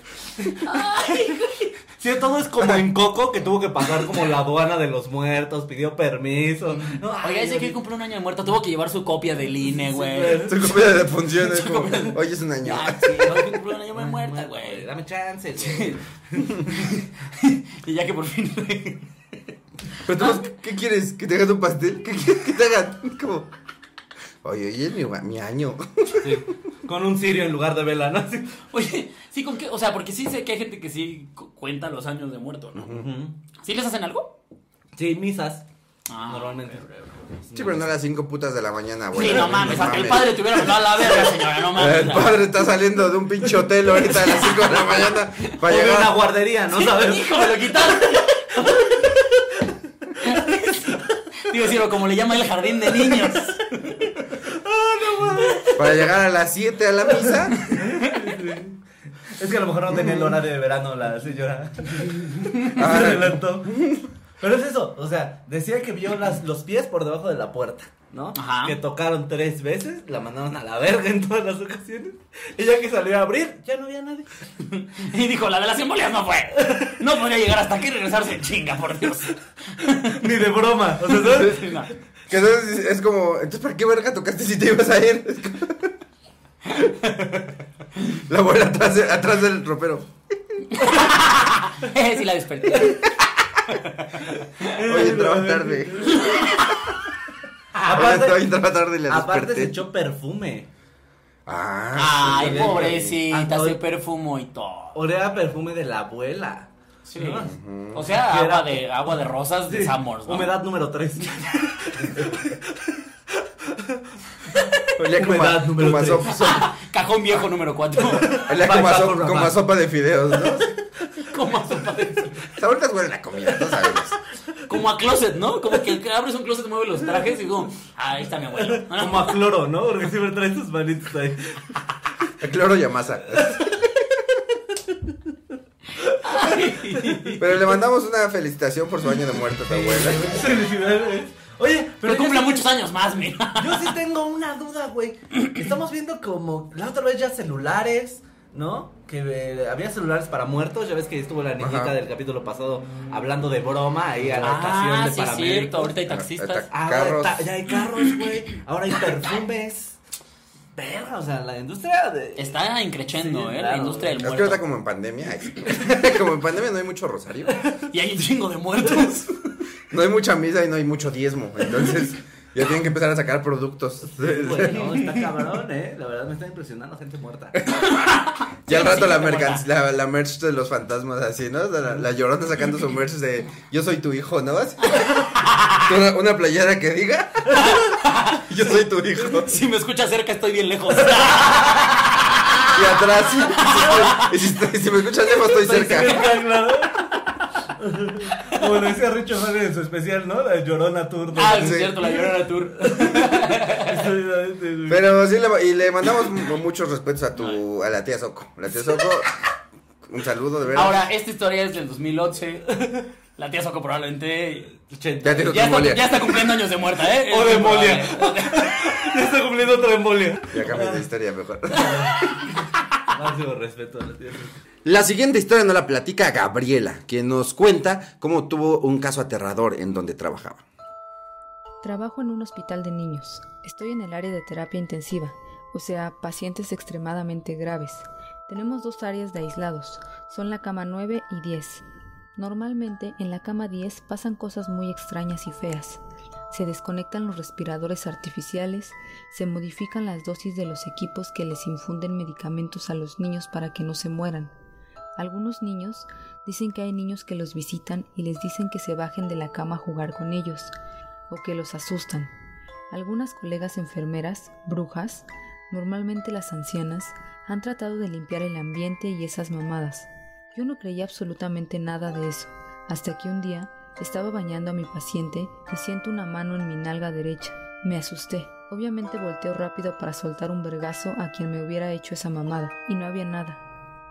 Speaker 4: Sí, todo es como en Coco que tuvo que pasar como la aduana de los muertos, pidió permiso. No, ay,
Speaker 3: Oiga, ese que hoy cumple un año de muerto tuvo que llevar su copia del INE, güey.
Speaker 2: Su copia de funciones. Hoy es un año.
Speaker 3: Ah, sí, hoy cumple un año de muerta,
Speaker 4: güey,
Speaker 3: güey.
Speaker 4: Dame chance, güey.
Speaker 3: Y ya que por fin.
Speaker 2: Pero
Speaker 3: Ah.
Speaker 2: tú, ¿qué quieres? ¿Que te hagan un pastel? ¿Qué quieres que te hagan? Como. Oye, oye, es mi, mi año.
Speaker 4: Sí, Con un cirio en lugar de vela, ¿no? Sí.
Speaker 3: Oye, sí, ¿con qué? O sea, porque sí sé que hay gente que sí cu- cuenta los años de muerto, ¿no? ¿Sí les hacen algo?
Speaker 4: Sí, misas.
Speaker 3: Ah,
Speaker 4: Normalmente.
Speaker 2: Sí, pero no a las 5 putas de la mañana, güey.
Speaker 3: Sí, no mames, hasta que el padre te hubiera mandado a la verga, señora, no mames.
Speaker 2: El padre está saliendo de un pinche hotel ahorita a las 5 de la mañana
Speaker 4: O
Speaker 2: para
Speaker 4: de
Speaker 2: llegar.
Speaker 4: una guardería, ¿no sabes?
Speaker 3: Hijo, me lo quitaste. Digo, sí, o como le llama el jardín de niños.
Speaker 2: Para llegar a las 7 a la misa.
Speaker 4: Es que a lo mejor no tenía el horario de verano la señora. Se
Speaker 2: Ah.
Speaker 4: adelantó. Pero es eso, o sea, decía que vio las, los pies por debajo de la puerta, ¿no?
Speaker 3: Ajá.
Speaker 4: Que tocaron tres veces, la mandaron a la verga en todas las ocasiones. Y ya que salió a abrir, ya no había nadie.
Speaker 3: Y dijo, la de las embolias no fue. No podría llegar hasta aquí y regresarse en chinga, por Dios.
Speaker 4: Ni de broma. O sea, ¿sabes?
Speaker 3: No.
Speaker 2: Que entonces es como, entonces ¿para qué verga tocaste si te ibas a ir? Es como- La abuela atrás, de- atrás del ropero.
Speaker 3: Eh, sí la desperté.
Speaker 2: Oye, entraba tarde. Aparte, Oye,
Speaker 4: Aparte,
Speaker 2: entraba tarde y la
Speaker 4: aparte se
Speaker 2: desperté.
Speaker 4: echó perfume.
Speaker 2: Ah,
Speaker 3: Ay, pobrecita,
Speaker 4: Antoy-
Speaker 3: se perfumó y todo.
Speaker 4: Orea perfume de la abuela.
Speaker 3: Sí.
Speaker 4: ¿No?
Speaker 3: O sea,
Speaker 4: Que era-
Speaker 3: agua de, agua de rosas de
Speaker 4: Sí,
Speaker 3: Samors, ¿no?
Speaker 4: Humedad número 3.
Speaker 2: olía como, a,
Speaker 4: humedad número
Speaker 2: como a
Speaker 4: tres.
Speaker 2: sopa, sopa-
Speaker 3: Ah, Cajón viejo número 4.
Speaker 2: olía como a
Speaker 4: Bye,
Speaker 2: so-
Speaker 4: Paco
Speaker 2: como a
Speaker 4: Rabanne.
Speaker 2: sopa de fideos, ¿no?
Speaker 3: como, a sopa de-
Speaker 2: Ahorita huele la comida, no sabemos.
Speaker 3: como a closet, ¿no? Como que abres un closet, mueves los trajes y digo, "Ah, ahí está mi abuelo.
Speaker 4: Como a cloro, ¿no? Porque siempre trae sus manitos ahí.
Speaker 2: El cloro y a masa. Pero le mandamos una felicitación por su año de muerte a tu abuela.
Speaker 4: Felicidades. Oye,
Speaker 3: Pero Ah,
Speaker 4: yo
Speaker 3: cumple
Speaker 4: sí-
Speaker 3: muchos años más, mira.
Speaker 4: Yo sí tengo una duda, güey. Estamos viendo como la otra vez ya celulares, ¿no? Que eh, había celulares para muertos. Ya ves que estuvo la niñita
Speaker 2: Ajá.
Speaker 4: del capítulo pasado hablando de broma ahí a la estación
Speaker 3: Ah,
Speaker 4: de
Speaker 3: sí es
Speaker 4: paramédicos.
Speaker 3: cierto, ahorita hay
Speaker 2: Ahorita-
Speaker 3: taxistas.
Speaker 4: Ahora
Speaker 2: Carros.
Speaker 4: ta- ya hay carros, güey. Ahora hay perfumes. Verga, o sea, la industria de.
Speaker 3: Está encrechendo,
Speaker 4: Sí,
Speaker 3: ¿eh? La
Speaker 4: claro.
Speaker 3: industria del
Speaker 2: Es que ahorita
Speaker 3: muerto.
Speaker 2: como en pandemia, ay, como en pandemia no hay mucho rosario,
Speaker 3: Y hay un chingo de muertos.
Speaker 2: no hay mucha misa y no hay mucho diezmo, entonces ya tienen que empezar a sacar productos.
Speaker 4: Güey, Pues, no, está cabrón, eh. La verdad me está impresionando gente muerta.
Speaker 2: Ya al rato
Speaker 3: Sí,
Speaker 2: la,
Speaker 3: sí,
Speaker 2: mercan- la, la merch de los fantasmas así, ¿no? La, la llorona sacando su merch de yo soy tu hijo, ¿no? Así. Una, una playera que diga yo soy tu hijo.
Speaker 3: Ah, Si me escucha cerca, estoy bien lejos.
Speaker 2: y atrás. Y si, estoy- si me escuchas lejos, estoy cerca.
Speaker 4: claro. Como decía Richo Madre en su especial, ¿no? La Llorona Tour.
Speaker 3: Ah, es
Speaker 2: Sí.
Speaker 3: cierto, la llorona tour.
Speaker 4: este,
Speaker 2: Pero sí, le, y le mandamos mu- muchos respetos a tu, a la tía Soco. La tía Soco, un saludo de verdad.
Speaker 3: Ahora, esta historia es del 2011. La tía Soco probablemente.
Speaker 2: ya tengo tu
Speaker 3: Ya está,
Speaker 2: embolia.
Speaker 3: ya está cumpliendo años de muerta, ¿eh?
Speaker 4: O
Speaker 3: Es
Speaker 4: de
Speaker 3: muy probable.
Speaker 4: Ya está cumpliendo otra embolia.
Speaker 2: Ya cambié de historia mejor.
Speaker 4: Máximo respeto a la tía.
Speaker 2: La siguiente historia nos la platica Gabriela, quien nos cuenta cómo tuvo un caso aterrador en donde trabajaba.
Speaker 5: Trabajo en un hospital de niños. Estoy en el área de terapia intensiva, o sea, pacientes extremadamente graves. Tenemos dos áreas de aislados, son la cama 9 y 10. Normalmente en la cama 10 pasan cosas muy extrañas y feas. Se desconectan los respiradores artificiales, se modifican las dosis de los equipos que les infunden medicamentos a los niños para que no se mueran. Algunos niños dicen que hay niños que los visitan y les dicen que se bajen de la cama a jugar con ellos o que los asustan. Algunas colegas enfermeras, brujas, normalmente las ancianas, han tratado de limpiar el ambiente y esas mamadas. Yo no creía absolutamente nada de eso, hasta que un día estaba bañando a mi paciente y siento una mano en mi nalga derecha. Me asusté. Obviamente volteo rápido para soltar un vergazo a quien me hubiera hecho esa mamada, y no había nada.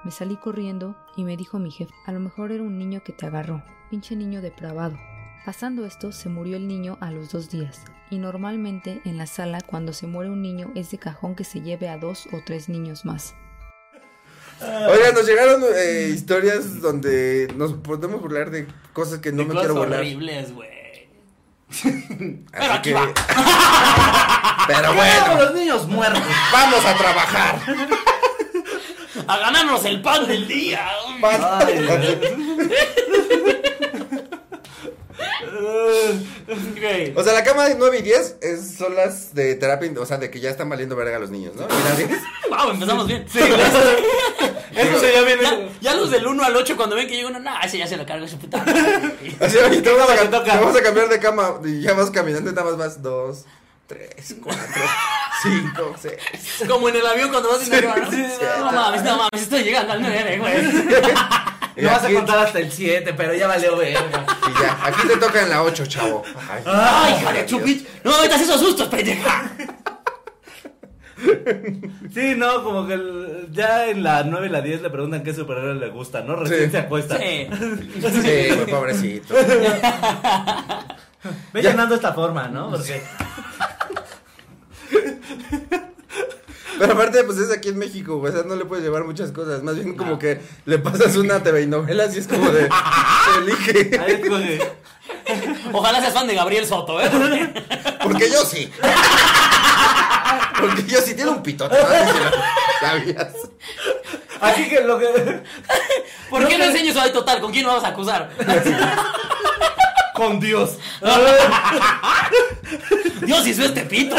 Speaker 5: Me salí corriendo y me dijo mi jefe, a lo mejor era un niño que te agarró, pinche niño depravado. Pasando esto, se murió el niño a los dos días, y normalmente en la sala cuando se muere un niño es de cajón que se lleve a dos o tres niños más.
Speaker 2: Oigan, nos llegaron eh, historias donde nos podemos burlar de cosas que no me
Speaker 3: Cosas
Speaker 2: quiero burlar.
Speaker 3: horribles, güey.
Speaker 2: Así
Speaker 3: Pero aquí
Speaker 2: que-
Speaker 3: va.
Speaker 2: Pero
Speaker 4: Bueno,
Speaker 2: bueno,
Speaker 4: los niños muertos.
Speaker 2: vamos a trabajar.
Speaker 3: A ganarnos el pan del día. Güey.
Speaker 2: O sea, la cama de 9 y 10 es, son las de terapia, o sea, de que ya están valiendo verga los niños, ¿no? Y las 10.
Speaker 3: Wow, empezamos bien.
Speaker 4: Eso se ya
Speaker 3: Ya,
Speaker 4: viene.
Speaker 3: ya los del 1 al 8, cuando ven que llega uno, nah, ese ya se lo carga ese puta. madre".
Speaker 2: O sea, y te vamos,
Speaker 4: cama
Speaker 2: a,
Speaker 4: te toca?
Speaker 2: te vamos a cambiar de cama y ya vas caminando y nada más vas 2, 3, 4, 5, 6.
Speaker 3: Como en el avión cuando vas en avión. ¿no? No mames, no mames, estoy llegando al 9, güey.
Speaker 4: No vas a contar hasta el 7, pero ya valió verga.
Speaker 2: Y ya, aquí te toca en la 8, chavo. Ay,
Speaker 4: Ah.
Speaker 3: Ay, hija de chupit. No me metas esos sustos, pendeja.
Speaker 4: Sí, no, como que el- ya en la 9 y la 10 le preguntan qué superhéroe le gusta, ¿no? Recién
Speaker 2: Sí.
Speaker 4: se acuesta.
Speaker 3: Sí.
Speaker 2: Sí, güey, pobrecito.
Speaker 4: Ve
Speaker 2: Ya.
Speaker 4: llenando esta forma, ¿no? Porque
Speaker 2: Pero aparte, pues es aquí en México, güey, o sea, no le puedes llevar muchas cosas. Más bien como que le pasas una TV y novelas y es como de. Elige.
Speaker 4: ahí escoge.
Speaker 3: Ojalá seas fan de Gabriel Soto, ¿eh? Porque-
Speaker 2: Porque yo sí. Porque yo sí tiene un pitote. ¿no? Si lo ¿Sabías?
Speaker 4: Así que lo que.
Speaker 3: ¿Por qué no enseño su total? ¿Con quién nos vamos a acusar?
Speaker 4: Con Dios.
Speaker 3: Dios hizo este pito.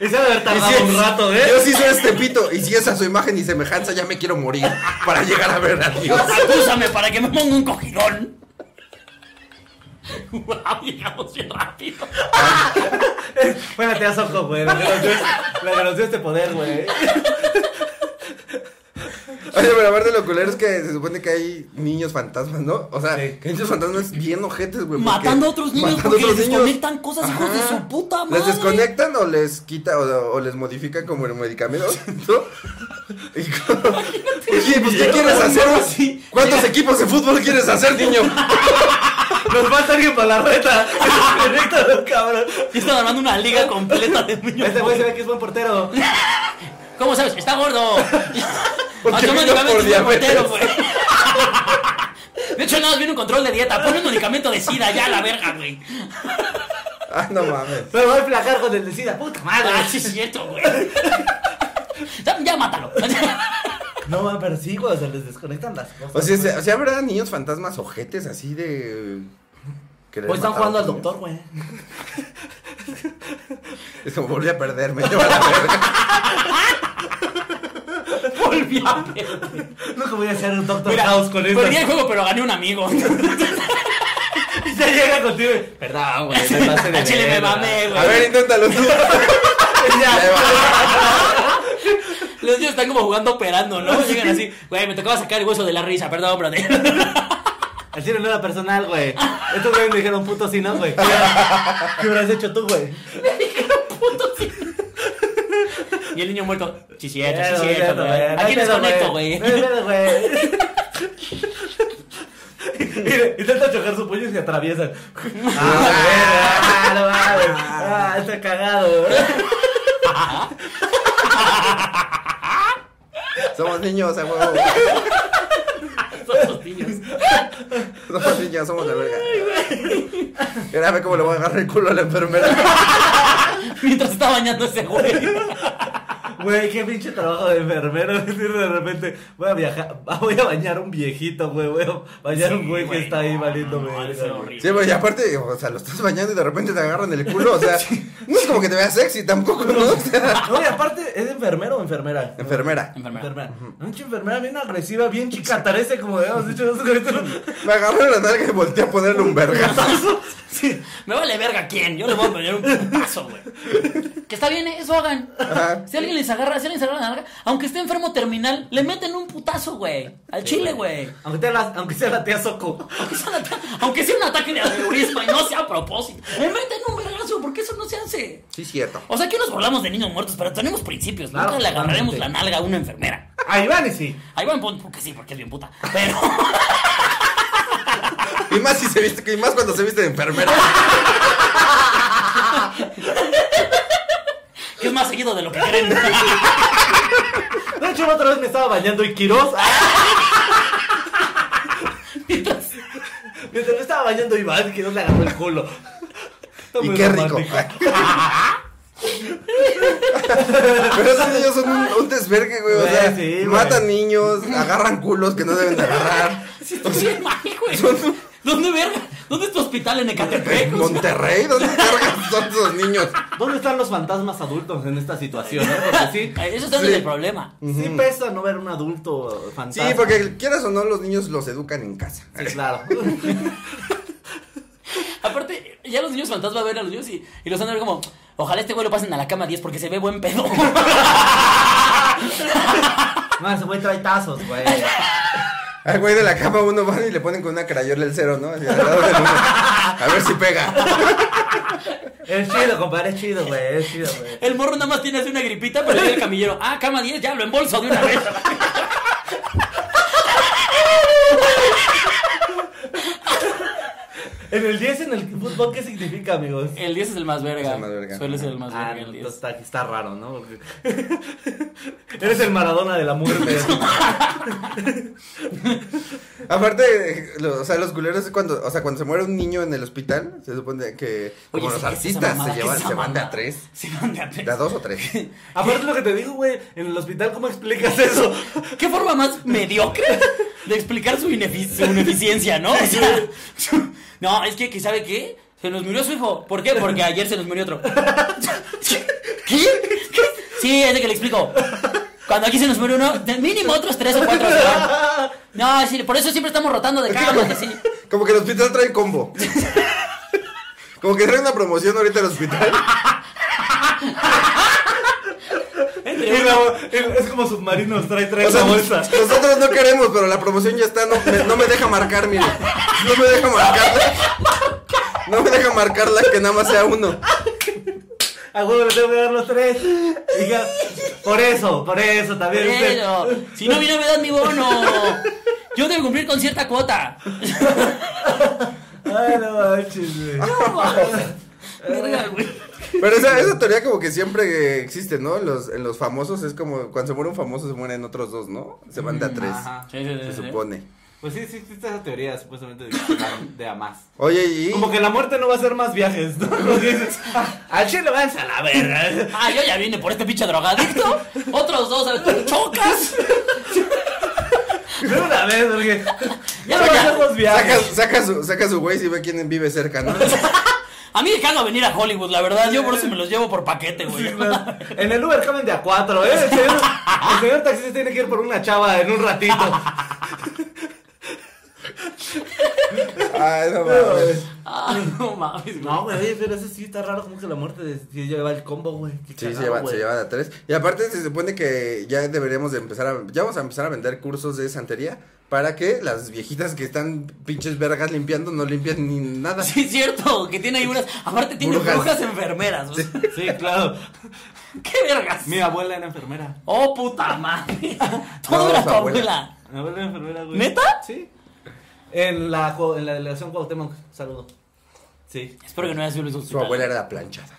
Speaker 4: Ese debe haber tardado un rato, ¿eh?
Speaker 2: Yo sí soy este pito. Y si es a su imagen y semejanza, ya me quiero morir para llegar a ver a Dios.
Speaker 3: Acúsame para que me ponga un cogidón. Wow, llegamos bien rápido.
Speaker 4: Bueno, te das ojo, güey. La que nos dio es- la que nos dio este poder, güey.
Speaker 2: Oye, pero aparte lo culero es que se supone que hay niños fantasmas, ¿no? O sea,
Speaker 4: Sí.
Speaker 2: que hay niños fantasmas bien ojetes, güey. porque-
Speaker 3: Matando a otros niños
Speaker 2: matando a
Speaker 3: porque
Speaker 2: otros
Speaker 3: les
Speaker 2: niños.
Speaker 3: desconectan cosas, hijos de su puta madre.
Speaker 2: Les desconectan o les quita o, o les modifican como el medicamento. Y co- Oye, pues ¿qué quieres hacer?
Speaker 3: así.
Speaker 2: ¿Cuántos equipos de fútbol quieres hacer, niño?
Speaker 4: Nos falta alguien para la reta. Directo, cabrón.
Speaker 3: Y están armando una liga completa de niños.
Speaker 4: Este güey se ve que es buen portero.
Speaker 3: ¿Cómo sabes? Está gordo.
Speaker 2: Porque vino
Speaker 3: Automáticamente
Speaker 2: por
Speaker 3: es un
Speaker 2: diabetes.
Speaker 3: portero, güey. De hecho, nada más viene un control de dieta. Pon un medicamento de sida ya a la verga, güey.
Speaker 2: Ah, no mames.
Speaker 4: Pero voy a flacar con el de SIDA. Puta madre.
Speaker 3: Ah, sí es cierto, güey. Ya, ya mátalo.
Speaker 4: Pues No, man, pero sí, cuando se les desconectan las cosas.
Speaker 2: O sea, se- o sea, habrá niños fantasmas ojetes así de. querer
Speaker 4: Hoy están
Speaker 2: matar a
Speaker 4: jugando al
Speaker 2: otros
Speaker 4: doctor, güey.
Speaker 2: niños? Es como volví a perderme, lleva la verga.
Speaker 3: Volví a perder.
Speaker 4: Nunca voy a ser un doctor
Speaker 3: Mira,
Speaker 4: house con
Speaker 3: perdí el
Speaker 4: eso.
Speaker 3: juego, pero gané un amigo.
Speaker 4: Y ya llega contigo. y, Perdón, güey. Me pasé de
Speaker 3: Chile me
Speaker 4: verga".
Speaker 3: mamé, güey.
Speaker 2: A ver, inténtalo tú.
Speaker 3: Los niños están como jugando operando, ¿no? Llegan así, güey, me tocaba sacar el hueso de la risa, perdón, pero
Speaker 4: Al chile no era personal, güey. Estos güeyes me dijeron puto si no, güey. ¿Qué hubieras hecho tú, güey?
Speaker 3: Y el niño muerto, sí, cierto,
Speaker 4: Pero,
Speaker 3: sí, cierto,
Speaker 4: pero,
Speaker 3: güey.
Speaker 4: güey, no hay
Speaker 3: Aquí
Speaker 4: pedo,
Speaker 3: desconecto, güey.
Speaker 4: No hay pedo, güey. Mire, intenta chocar su puño y se atraviesan. Ah, no mames. Ah, está cagado, güey.
Speaker 2: Somos niños, a huevo.
Speaker 3: Son los niños.
Speaker 2: Somos niños, somos la verga. Mira, ve cómo le voy a agarrar el culo a la enfermera.
Speaker 3: Mientras está bañando ese güey.
Speaker 4: Güey, qué pinche trabajo de enfermero. decir de repente, voy a viajar, ah, voy a bañar un viejito, güey. Voy a bañar un güey que está ahí valiendo
Speaker 3: No,
Speaker 4: verga,
Speaker 3: eso era
Speaker 4: güey.
Speaker 3: horrible.
Speaker 2: Sí, güey, y aparte, o sea, lo estás bañando y de repente te agarran el culo. O sea, no es como que te veas sexy tampoco, ¿no? O sea,
Speaker 4: No, y aparte, ¿es enfermero o enfermera?
Speaker 2: enfermera.
Speaker 3: Enfermera.
Speaker 4: Enfermera. Una pinche enfermera bien agresiva, bien chicatarese, como habíamos dicho en otro capítulo.
Speaker 2: Me agarró la nalga y volteé a ponerle un vergazo.
Speaker 4: Sí.
Speaker 3: Me vale verga quién, yo le voy a poner un paso, güey. Que está bien, ¿eh? eso hagan.
Speaker 2: Ajá.
Speaker 3: Si alguien les agarra, si alguien se agarra la nalga, aunque esté enfermo terminal, le meten un putazo, güey. Al chile, güey.
Speaker 4: Aunque, te la- aunque sea la tía Soco.
Speaker 3: Aunque sea, un ata- aunque sea un ataque de aneurisma y no sea a propósito, le meten un vergazo, porque eso no se hace.
Speaker 2: Sí, cierto.
Speaker 3: O sea, que nos burlamos de niños muertos, pero tenemos principios.
Speaker 4: Claro,
Speaker 3: Nunca le agarraremos la
Speaker 4: totalmente.
Speaker 3: nalga a una enfermera.
Speaker 4: A Ah, Iván y sí.
Speaker 3: Ahí van, pon- porque sí, porque es bien puta. Pero.
Speaker 2: Y más si se viste, y más cuando se viste de enfermera.
Speaker 3: que es más seguido de lo que creen.
Speaker 4: De hecho, otra vez me estaba bañando y Quirós. ah,
Speaker 3: Mientras-
Speaker 4: mientras me estaba bañando Iván, Quirós le agarró el culo. Está
Speaker 2: Y
Speaker 4: muy
Speaker 2: qué rico.
Speaker 4: romántico.
Speaker 2: Pero esos niños son un, un desvergue, güey. O
Speaker 4: Güey,
Speaker 2: sea,
Speaker 4: sí, güey.
Speaker 2: matan niños, agarran culos que no deben de agarrar.
Speaker 3: Sí, estoy bien mal, güey. ¿Dónde verga? ¿Dónde es tu hospital en Ecatepec?
Speaker 2: ¿En Monterrey? ¿Dónde cargan son esos niños?
Speaker 4: ¿Dónde están los fantasmas adultos en esta situación? eh? Porque sí,
Speaker 3: Eh, Eso es donde
Speaker 2: Sí.
Speaker 3: es el problema.
Speaker 4: sí pesa no ver un adulto
Speaker 2: Sí,
Speaker 4: fantasma.
Speaker 2: porque quieras o no, los niños los educan en casa.
Speaker 4: Sí, claro.
Speaker 3: Aparte, ya los niños fantasma ven a los niños y, y los van a ver como, ojalá este güey lo pasen a la cama 10 porque se ve buen pedo.
Speaker 4: Más, ese güey trae tazos, güey.
Speaker 2: Al güey de la cama uno van y le ponen con una crayola el cero, ¿no? Así al lado del uno. A ver si pega.
Speaker 4: Es chido, compadre, es chido, güey. Es chido, güey.
Speaker 3: El morro nada más tiene así una gripita, pero le dice el camillero, ah, cama 10, ya lo embolso de una vez.
Speaker 4: En el 10 en el fútbol, ¿qué significa, amigos?
Speaker 3: El 10 es el más verga.
Speaker 2: Es el más verga.
Speaker 3: Suele ser el más
Speaker 4: Ah,
Speaker 3: verga el 10.
Speaker 4: está, está raro, ¿no? Porque- Eres el Maradona de la muerte.
Speaker 2: Aparte, lo- o sea, los culeros cuando, o sea, cuando se muere un niño en el hospital, se supone que como los
Speaker 3: Oye, sí, ¿qué es esa
Speaker 2: artistas
Speaker 3: mamada?
Speaker 2: se
Speaker 3: ¿Qué
Speaker 2: llevan,
Speaker 3: es esa
Speaker 2: se van de a
Speaker 3: mamada?
Speaker 2: tres.
Speaker 3: Se van de a tres.
Speaker 2: De a dos o tres.
Speaker 4: Aparte lo que te digo, güey, en el hospital, ¿cómo explicas eso?
Speaker 3: ¿Qué forma más mediocre de explicar su, inefic- su ineficiencia, no? O sea, su- no, es que, que ¿sabe qué? Se nos murió su hijo. ¿Por qué? Porque ayer se nos murió otro. ¿Qué? ¿Qué? Sí, es de que le explico. Cuando aquí se nos murió uno, de mínimo otros tres o cuatro se
Speaker 4: Ah,
Speaker 3: van. No, sí, por eso siempre estamos rotando de cama, que sí.
Speaker 2: Como que el hospital trae combo. Como que trae una promoción ahorita el hospital.
Speaker 4: Y la- el- es como submarinos, trae
Speaker 2: O
Speaker 4: tres
Speaker 2: sea,
Speaker 4: la bolsa.
Speaker 2: nosotros no queremos, pero la promoción ya está. No me, no me deja marcar, mire. No me deja marcarla. No me deja marcarla que nada más sea uno.
Speaker 4: A huevo le tengo que dar los tres. Diga, por eso, por eso también. usted-
Speaker 3: Pero, si no vino, me dan mi bono. Yo debo cumplir con cierta cuota.
Speaker 4: Ay, no manches, güey.
Speaker 3: Verga, güey.
Speaker 2: Pero esa, esa teoría como que siempre existe, ¿no? En los, en los famosos es como cuando se muere un famoso se mueren otros dos, ¿no? Se van
Speaker 3: Mm,
Speaker 2: de a tres.
Speaker 4: Ajá.
Speaker 3: Sí, sí, sí,
Speaker 2: Se
Speaker 3: sí.
Speaker 2: supone.
Speaker 4: Pues sí, sí existe esa teoría, supuestamente, de, que van de a más.
Speaker 2: Oye, y...
Speaker 4: Como que la muerte no va a hacer más viajes, ¿no? Como que dices, "Ah, al chile vas a la verga.
Speaker 3: Ah, yo ya vine por este pinche drogadicto. Otros dos, ¿sabes? ¿Tú chocas?
Speaker 4: De una vez, porque ya no
Speaker 3: Saca-
Speaker 4: va a hacer los
Speaker 2: Saca,
Speaker 4: viajes.
Speaker 2: saca su, saca su güey si ve quién vive cerca, ¿no?
Speaker 3: A mí me caga venir a Hollywood, la verdad. Yo por eso me los llevo por paquete, güey.
Speaker 4: Sí, claro. En el Uber caben de a cuatro, ¿eh? El señor, el señor taxista tiene que ir por una chava en un ratito.
Speaker 2: Ay, no mames.
Speaker 3: Ah, no mames, güey.
Speaker 4: No, güey, oye, pero eso sí está raro, como que la muerte de, sí lleva el combo, güey.
Speaker 2: Sí,
Speaker 4: Qué cagado,
Speaker 2: se, lleva,
Speaker 4: güey.
Speaker 2: se lleva de a tres. Y aparte se supone que ya deberíamos de empezar a... Ya vamos a empezar a vender cursos de santería para que las viejitas que están pinches vergas limpiando no limpian ni nada.
Speaker 3: Sí, es cierto, que tiene ahí unas. Aparte, tiene
Speaker 2: Brujas.
Speaker 3: brujas, enfermeras. o sea,
Speaker 4: Sí, claro.
Speaker 3: ¡Qué vergas!
Speaker 4: Mi abuela era enfermera.
Speaker 3: ¡Oh, puta madre! Todo
Speaker 2: No,
Speaker 3: era
Speaker 2: su
Speaker 3: tu
Speaker 2: abuela.
Speaker 3: abuela.
Speaker 4: Mi abuela era enfermera, güey.
Speaker 3: ¿Neta?
Speaker 4: Sí. En la, co- en la delegación Cuauhtémoc. Saludo. Sí.
Speaker 3: Espero que no haya sido un
Speaker 2: Su abuela era la planchada.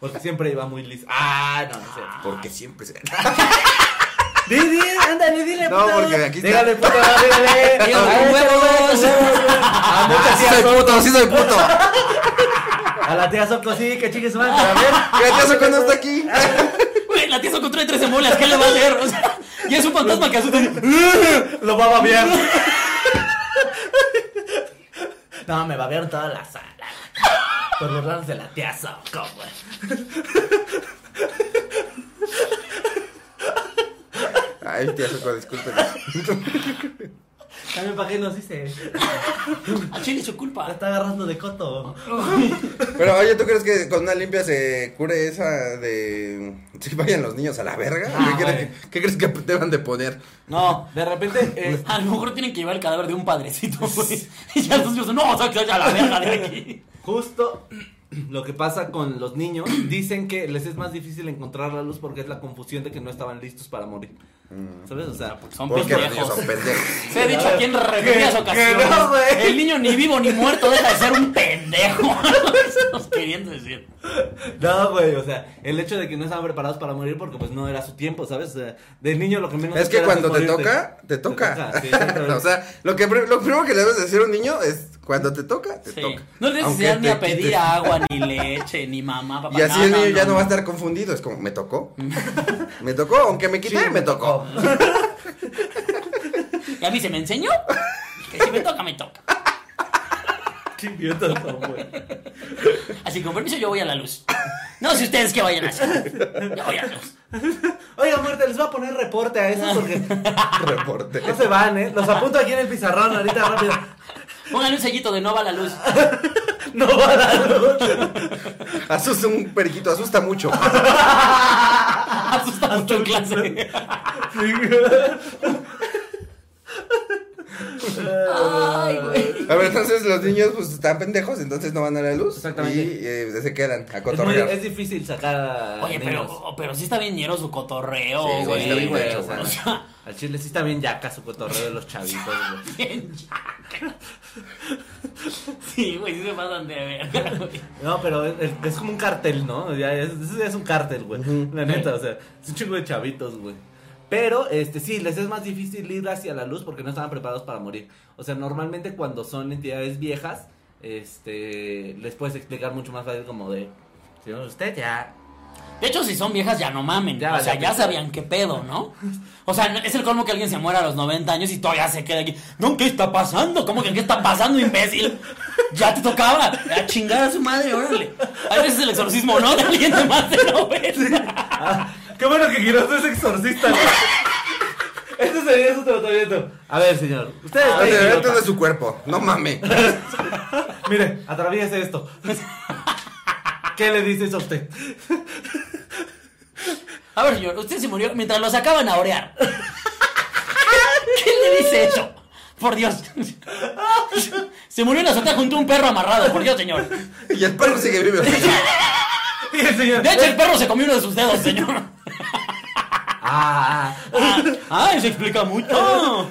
Speaker 4: Porque siempre iba muy lisa. Ah, no, no sé.
Speaker 2: Porque siempre se...
Speaker 4: Di, di, ándale, dile,
Speaker 2: Ah. No,
Speaker 4: puto.
Speaker 2: porque aquí está.
Speaker 4: Dígale, puto, dígale.
Speaker 3: Digo,
Speaker 4: A
Speaker 3: con
Speaker 4: ese,
Speaker 3: huevos.
Speaker 4: A mucha
Speaker 2: ¡Sí
Speaker 4: tía
Speaker 2: soy
Speaker 4: Soco.
Speaker 2: puto! ¡Sí soy puto!
Speaker 4: A la tía Soco, sí, que chingue su madre. A ver.
Speaker 2: ¿Qué te cuando está aquí?
Speaker 3: Güey, la tía Soco trae 13 molas, ¿qué le va a hacer? O sea, y es un fantasma que asusta.
Speaker 4: Lo va a babear. No, me babearon toda la sala. Por burlarnos de la tía Soco, güey.
Speaker 2: Ay, tía Soco, disculpen.
Speaker 4: También para qué nos dice.
Speaker 3: Al chile es su
Speaker 4: La
Speaker 3: culpa.
Speaker 4: está agarrando de coto.
Speaker 2: Pero oye, ¿tú crees que con una limpia se cure esa de... Si vayan los niños a la verga?
Speaker 4: Ah,
Speaker 2: ¿Qué,
Speaker 4: güey.
Speaker 2: crees que, qué crees que deban de poner?
Speaker 4: No, de repente. eh,
Speaker 3: A lo mejor tienen que llevar el cadáver de un padrecito, güey. Y ya los niños, no, saca ya la verga de aquí.
Speaker 4: Justo lo que pasa con los niños, dicen que les es más difícil encontrar la luz porque es la confusión de que no estaban listos para morir.
Speaker 2: Mm.
Speaker 4: ¿Sabes? O sea,
Speaker 3: pues Son
Speaker 2: Porque los niños
Speaker 3: pendejos.
Speaker 2: son pendejos.
Speaker 3: Se ha dicho aquí en repetidas
Speaker 4: Que-
Speaker 3: ocasiones.
Speaker 4: que no, güey.
Speaker 3: el niño ni vivo ni muerto deja de ser un pendejo. Estamos queriendo decir.
Speaker 4: no, güey, o sea, el hecho de que no estaban preparados para morir porque pues no era su tiempo, ¿sabes? O sea, del niño lo que menos
Speaker 2: Es que
Speaker 4: esperas
Speaker 2: cuando te
Speaker 4: morirte.
Speaker 2: toca, te toca.
Speaker 4: sí, exactamente.
Speaker 2: o sea, lo, que, pri- lo primero que le debes decir a un niño es cuando te toca, te
Speaker 3: Sí.
Speaker 2: toca.
Speaker 3: No le
Speaker 2: Aunque
Speaker 3: necesidad ni
Speaker 2: te
Speaker 3: a pedir
Speaker 2: quites.
Speaker 3: agua, ni leche, ni mamá, papá.
Speaker 2: Y así
Speaker 3: No,
Speaker 2: el niño ya no va a
Speaker 3: no. Mm.
Speaker 2: estar confundido. Es como, me tocó. me tocó, aunque me quité, me tocó.
Speaker 3: Y a mí se me enseñó que si me toca, me toca.
Speaker 4: Qué idiotas son, güey.
Speaker 3: Así que con permiso yo voy a la luz. No sé ustedes que vayan a hacer. Yo voy a la luz.
Speaker 4: Oiga, muerte, les voy a poner reporte a esos porque
Speaker 2: Reporte.
Speaker 4: no se van, ¿eh? Los apunto aquí en el pizarrón ahorita rápido.
Speaker 3: Pónganle un sellito de no va la luz.
Speaker 4: No va a dar luz.
Speaker 2: Asusta un periquito, asusta mucho.
Speaker 3: Asusta mucho en clase. Ay, güey.
Speaker 2: A ver, entonces los niños pues están pendejos, entonces no van a la luz.
Speaker 4: Exactamente.
Speaker 2: Y eh, se quedan a
Speaker 4: Es, muy-
Speaker 2: cotorrear.
Speaker 4: es difícil sacar a
Speaker 3: Oye,
Speaker 4: niños.
Speaker 3: pero, oh, pero sí está bien ñero su cotorreo,
Speaker 2: Sí,
Speaker 4: Pues
Speaker 3: güey.
Speaker 2: está bien
Speaker 3: güey,
Speaker 2: gacho,
Speaker 3: o sea,
Speaker 2: güey.
Speaker 3: o sea,
Speaker 4: Al chile sí está bien yaca su cotorreo de los chavitos, güey.
Speaker 3: bien yaca. Sí, güey, sí se pasan de verga, güey.
Speaker 4: No, pero es, es- es como un cartel, ¿no? Ya es, es- es un cartel, güey. La neta, o sea, es un chingo de chavitos, güey. Pero, este, sí, les es más difícil ir hacia la luz porque no estaban preparados para morir. O sea, normalmente cuando son entidades viejas, este, les puedes explicar mucho más fácil como de, señor, usted ya,
Speaker 3: De hecho, si son viejas, ya no mamen.
Speaker 4: Ya,
Speaker 3: o sea,
Speaker 4: ya,
Speaker 3: ya
Speaker 4: pues.
Speaker 3: sabían qué pedo, ¿no? O sea, es el colmo que alguien se muera a los 90 años y todavía se queda aquí. No, ¿qué está pasando? ¿Cómo que qué está pasando, imbécil? Ya te tocaba. A chingar a su madre, órale. Hay veces el exorcismo, ¿no? De alguien te mate, ¿no? güey?
Speaker 4: Ah, qué bueno que Quiroz es exorcista, güey. Este sería su tratamiento. A ver, señor, usted está
Speaker 2: Adelante
Speaker 4: idiota.
Speaker 2: de su cuerpo, no mame.
Speaker 4: Mire, atraviese esto. ¿Qué le dices a usted?
Speaker 3: A ver, señor, usted se murió mientras lo sacaban a orear. ¿Quién le dice eso? Por Dios. Se murió en la azotea junto a un perro amarrado, por Dios, señor.
Speaker 2: Y el perro sigue vivo.
Speaker 4: Y el señor.
Speaker 3: De hecho, el perro se comió uno de sus dedos, señor.
Speaker 4: Ah, ah,
Speaker 3: Ah, ah, eso explica mucho.
Speaker 4: ah.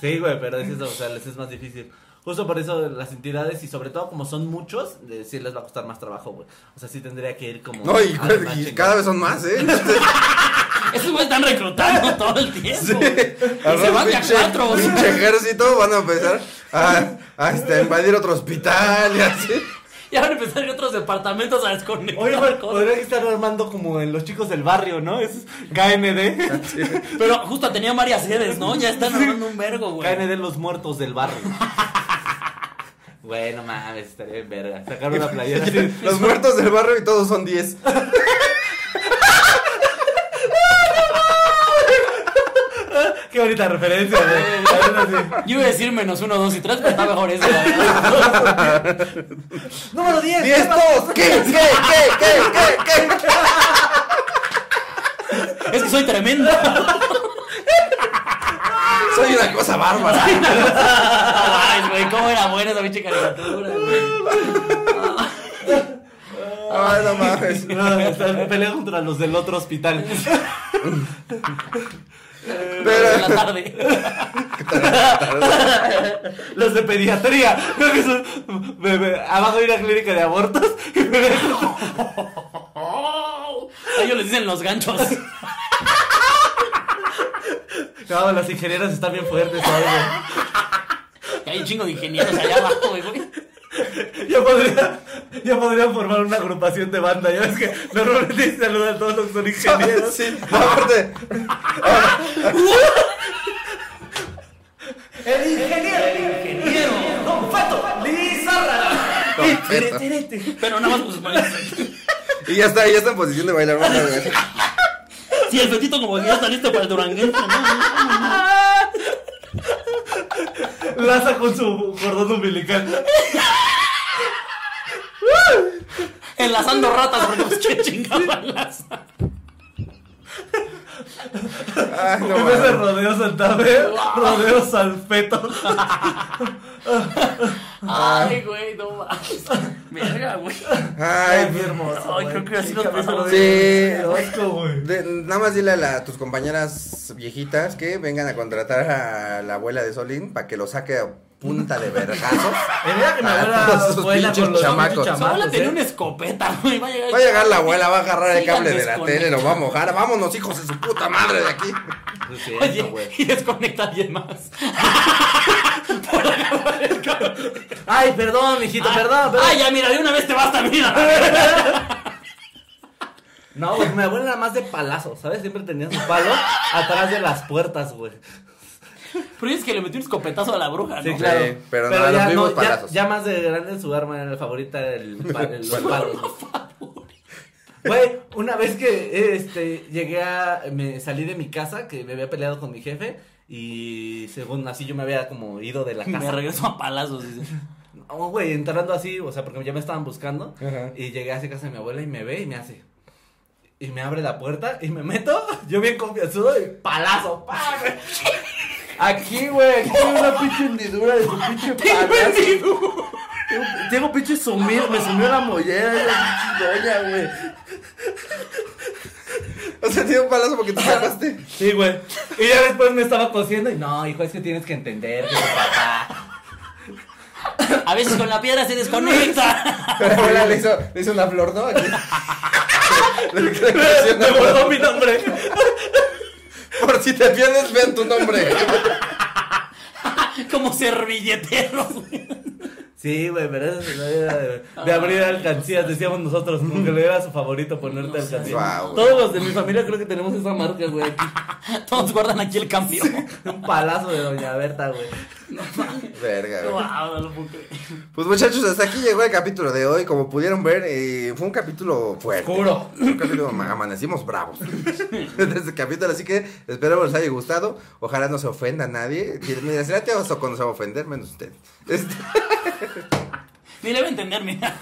Speaker 4: sí, güey, pero es eso, o sea, les es más difícil. Justo por eso las entidades, y sobre todo como son muchos, eh, sí les va a costar más trabajo, güey. O sea, sí tendría que ir como.
Speaker 2: No, y,
Speaker 4: a la
Speaker 2: y
Speaker 4: chingada.
Speaker 2: cada vez son más, ¿eh? Entonces,
Speaker 3: Esos güeyes están reclutando todo el tiempo.
Speaker 2: sí.
Speaker 3: Y se van de a
Speaker 2: pinche-
Speaker 3: cuatro.
Speaker 2: Pinche ejército, van a empezar a, a, este, invadir otro hospital y así.
Speaker 3: Ya van a empezar en otros departamentos a desconectar
Speaker 4: Oye, güey,
Speaker 3: cosas.
Speaker 4: podría estar armando como en los chicos del barrio, ¿no? Es KND.
Speaker 3: Pero justo tenía varias sedes, ¿no? Ya están armando un vergo, güey.
Speaker 4: KND los muertos del barrio. Bueno, mames, estaría en verga. Sacar una playera así.
Speaker 2: Los muertos del barrio y todos son 10.
Speaker 4: Que Qué bonita referencia, güey.
Speaker 3: Yo iba a decir menos uno, dos y tres, pero está mejor ese, la verdad.
Speaker 4: Número 10.
Speaker 2: ¿Y estos? ¿Qué? ¿Qué? ¿Qué? ¿Qué? ¿Qué?
Speaker 3: Es que soy tremendo.
Speaker 2: ¿Qué? Soy una cosa bárbara.
Speaker 3: Ay, güey, cómo era buena esa pinche caricatura, güey.
Speaker 2: Ay, no mames.
Speaker 4: pelea contra los del otro hospital.
Speaker 3: En la
Speaker 2: Pero,
Speaker 3: tarde.
Speaker 4: Los de pediatría. Creo que son. bebé, Abajo hay una clínica de abortos. Y bebé.
Speaker 3: A ellos les dicen los ganchos.
Speaker 4: No, las ingenieras están bien fuertes. ¿sabes?
Speaker 3: Que hay un chingo de ingenieros allá abajo, güey, güey.
Speaker 4: Yo podría. Yo podría formar una agrupación de banda. Ya ves que normalmente se saludan todos los que son ingenieros.
Speaker 2: sí, no, aparte,
Speaker 4: El ingeniero. El ingeniero. Don Fato. Lizarra.
Speaker 2: Don Feto.
Speaker 3: Pero nada más pues, pues,
Speaker 2: Y ya está, ya está en posición de bailar. vamos a ver.
Speaker 3: Si el fetito como que ya está listo para el duranguense, ¿no?
Speaker 4: Laza con su cordón umbilical.
Speaker 3: Enlazando ratas, porque pues qué chingada enlaza.
Speaker 2: Ay, no
Speaker 4: en vez de
Speaker 2: mames.
Speaker 4: rodeo Santa Fe, rodeo Salfeto.
Speaker 3: Ay, güey, no mames. Verga, güey.
Speaker 2: Ay,
Speaker 4: qué hermoso.
Speaker 3: Ay, creo que así nos pasó.
Speaker 2: Sí.
Speaker 4: Qué asco, güey.
Speaker 2: de- nada más dile a, la- a tus compañeras viejitas que vengan a contratar a la abuela de Solín para que lo saque a punta de vergazos.
Speaker 4: Eh, mira que mi
Speaker 2: A
Speaker 4: abuela
Speaker 2: todos esos
Speaker 4: vuela
Speaker 2: pinches
Speaker 4: con los
Speaker 2: chamacos.
Speaker 4: pinches
Speaker 3: Su abuela
Speaker 4: chamacos,
Speaker 3: tenía
Speaker 4: ¿eh?
Speaker 3: una escopeta, güey. Va a llegar,
Speaker 2: Va a llegar la abuela, va a agarrar el cable de la
Speaker 3: Sigan
Speaker 2: tele, lo va a mojar. Vámonos, hijos de su puta madre de aquí.
Speaker 3: Oye, y desconecta a alguien más. Por agarrar el cable.
Speaker 4: Ay, perdón,
Speaker 2: Ah,
Speaker 4: mijito, perdón, perdón.
Speaker 3: Ay, ya, mira, de una vez te basta, mira.
Speaker 4: No, güey, mi abuela era más de palazo, ¿sabes? Siempre tenía su palo atrás de las puertas, güey.
Speaker 3: Pero es que le metió un escopetazo a la bruja, ¿no?
Speaker 4: Sí,
Speaker 2: Ah, Sí,
Speaker 4: claro.
Speaker 2: pero no, los mismos
Speaker 4: ya-
Speaker 2: palazos.
Speaker 4: Ya, más de grande su arma era la favorita del pa- el- los palos. Güey, una vez que eh, este llegué a me salí de mi casa que me había peleado con mi jefe y según así yo me había como ido de la
Speaker 3: Me
Speaker 4: casa.
Speaker 3: regreso a palazos. dice.
Speaker 4: No, Oh, güey, entrando así, o sea, porque ya me estaban buscando y llegué hacia casa de mi abuela y me ve y me hace y me abre la puerta y me meto, yo bien confianzudo y palazo. pa, güey. Aquí, güey, aquí tiene una pinche hendidura de su pinche palazo. Tengo pinche sumir, me sumió la mollera, esa pinche doña, güey.
Speaker 2: O sea, tiene un palazo porque te salvaste.
Speaker 4: Sí, güey. Y ya después me estaba cosiendo y no, hijo, es que tienes que entender que tu papá.
Speaker 3: A veces con la piedra se desconecta.
Speaker 2: Pero la abuela le hizo, le hizo una flor, ¿no? Aquí. Le- le creció una
Speaker 4: Me
Speaker 2: flor.
Speaker 4: borró mi nombre.
Speaker 2: Por si te pierdes, ven tu nombre.
Speaker 3: Como servilleteros. güey.
Speaker 4: Sí, güey, pero eso no era de, de abrir alcancías, decíamos nosotros, como que le era su favorito ponerte alcancías.
Speaker 2: Guau, Ah, güey.
Speaker 4: Todos los de mi familia creo que tenemos esa marca, güey, aquí.
Speaker 3: Todos guardan aquí el cambio.
Speaker 4: Un palazo de doña Berta, güey.
Speaker 2: Verga, güey.
Speaker 3: Guau, no lo puedo creer.
Speaker 2: Pues muchachos, hasta aquí llegó el capítulo de hoy. Como pudieron ver, eh, fue un capítulo fuerte.
Speaker 4: Oscuro.
Speaker 2: Un capítulo ma- amanecimos bravos. Desde este capítulo, así que espero les haya gustado. Ojalá no se ofenda a nadie. Quien- Mira, será te oso cuando se va a ofender, menos usted. Este,
Speaker 3: Ni le va a entender, mira.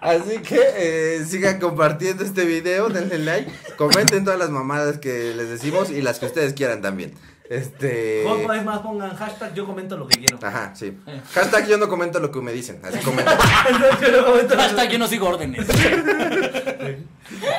Speaker 2: así que eh, sigan compartiendo este video, denle like, comenten todas las mamadas que les decimos y las que ustedes quieran también. Este.
Speaker 4: Otra vez más pongan hashtag, yo comento lo que quiero.
Speaker 2: Ajá, sí. Hashtag yo no comento lo que me dicen. Así comenten.
Speaker 4: Entonces, yo no comento lo que-
Speaker 3: Hashtag yo no sigo órdenes.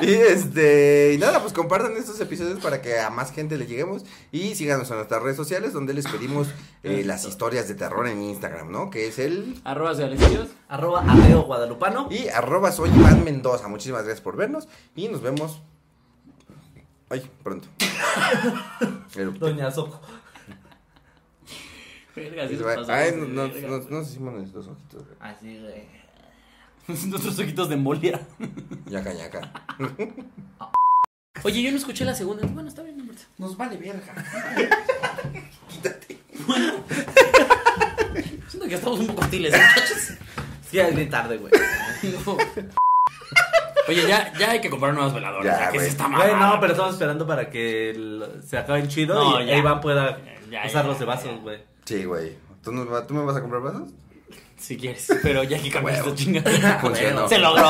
Speaker 2: Y este, y nada, pues compartan estos episodios para que a más gente le lleguemos y síganos en nuestras redes sociales donde les pedimos eh, las historias de terror en Instagram, ¿no? Que es el
Speaker 3: Arroba Sealecitos.
Speaker 4: Arroba ateo guadalupano.
Speaker 2: y arroba soy Iván Mendoza. Muchísimas gracias por vernos y nos vemos ay, pronto. Erupté.
Speaker 4: Doña Soco.
Speaker 3: Verga, así nos pasó.
Speaker 2: Ay, no- no- nos nos hicimos nuestros ojitos. güey.
Speaker 4: Así, güey.
Speaker 3: Nuestros ojitos de embolia.
Speaker 2: Ñaca, ñaca.
Speaker 3: Oye, yo no escuché la segunda. Bueno, está bien, Humberto.
Speaker 2: Nos vale verga.
Speaker 3: Siento ¿eh, que estamos un poco hostiles, muchachos.
Speaker 4: Sí, es bien tarde, güey.
Speaker 3: No. Oye, ya, ya hay que comprar nuevas veladoras.
Speaker 2: Ya,
Speaker 3: Ya, que
Speaker 2: güey.
Speaker 3: se está mal.
Speaker 4: Güey, no, pero estamos esperando para que el- se acaben chido
Speaker 3: No,
Speaker 4: y
Speaker 3: ya.
Speaker 4: Iván pueda
Speaker 3: Ya, ya,
Speaker 4: usarlos de
Speaker 3: ya,
Speaker 4: vasos,
Speaker 3: ya.
Speaker 4: güey.
Speaker 2: Sí, güey. ¿Tú, nos va- ¿Tú me vas a comprar vasos?
Speaker 3: Si quieres, pero ya que cambiaste
Speaker 2: Huevo.
Speaker 3: chingadera.
Speaker 2: Funcionó.
Speaker 3: Se logró.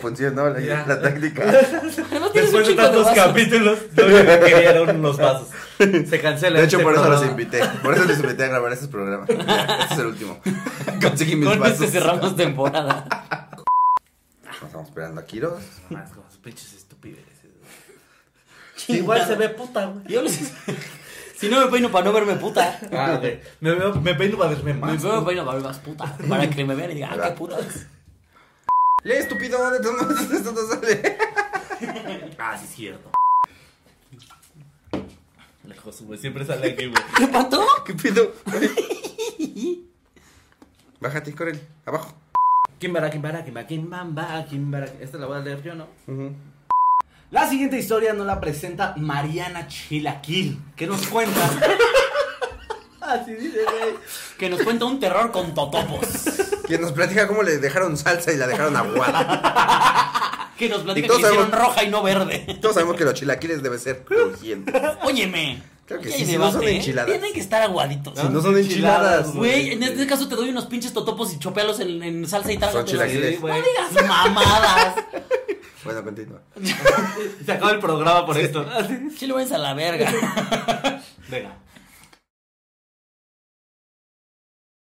Speaker 2: Funcionó la,
Speaker 4: Ya.
Speaker 2: la táctica.
Speaker 3: Además, tienes un
Speaker 4: Después de
Speaker 3: chingo de
Speaker 4: tantos
Speaker 3: vasos.
Speaker 4: capítulos, no le querían los vasos. Se cancela.
Speaker 2: De hecho,
Speaker 4: este
Speaker 2: por eso los
Speaker 4: programa.
Speaker 2: invité. Por eso les invité a grabar estos programas. Este es el último. Conseguí mis
Speaker 3: Con
Speaker 2: vasos.
Speaker 3: este cerramos temporada.
Speaker 2: Estamos esperando a Kiros.
Speaker 4: Más con sus pinches estupideces. güey. Igual se ve puta, güey.
Speaker 3: Yo les... Si no me peino para no verme puta.
Speaker 4: Ah, güey. Me, veo- me peino para verme
Speaker 3: Me
Speaker 4: más.
Speaker 3: peino para verme más puta. Para que me vean y digan, ah, qué puta.
Speaker 2: ¡Le, estúpido! ¿De dónde- esto no sale?
Speaker 4: Ah, sí es cierto. El Josu, güey, siempre sale aquí, güey.
Speaker 3: ¿Qué pato?
Speaker 2: ¿Qué pedo? Bájate, córrele. Abajo.
Speaker 4: Kimbara, Kimbara, Kimbara, Kimbamba, Kimbara. Esta la voy a leer yo, ¿no?
Speaker 2: Ujú.
Speaker 4: La siguiente historia nos la presenta Mariana Chilaquil, que nos cuenta. Así dice, güey.
Speaker 3: Que nos cuenta un terror con totopos.
Speaker 2: Quien nos platica cómo le dejaron salsa y la dejaron aguada.
Speaker 3: Que nos
Speaker 2: Y
Speaker 3: platica que
Speaker 2: todos
Speaker 3: hicieron
Speaker 2: sabemos-
Speaker 3: roja y no verde.
Speaker 2: Todos sabemos que los chilaquiles deben ser crujientes.
Speaker 3: Óyeme.
Speaker 2: Claro que
Speaker 3: aquí
Speaker 2: sí,
Speaker 3: hay
Speaker 2: si no son
Speaker 3: debate, ¿eh?
Speaker 2: enchiladas.
Speaker 3: Tienen que estar aguaditos.
Speaker 2: Si no son enchiladas,
Speaker 3: Güey, en este caso te doy unos pinches totopos y chopealos en, en salsa y tal.
Speaker 2: Son chilaquiles.
Speaker 3: No digas mamadas.
Speaker 2: Bueno, continúa.
Speaker 4: Se acaba el programa por esto. Así.
Speaker 3: Chile, váyanse a la verga.
Speaker 4: Venga.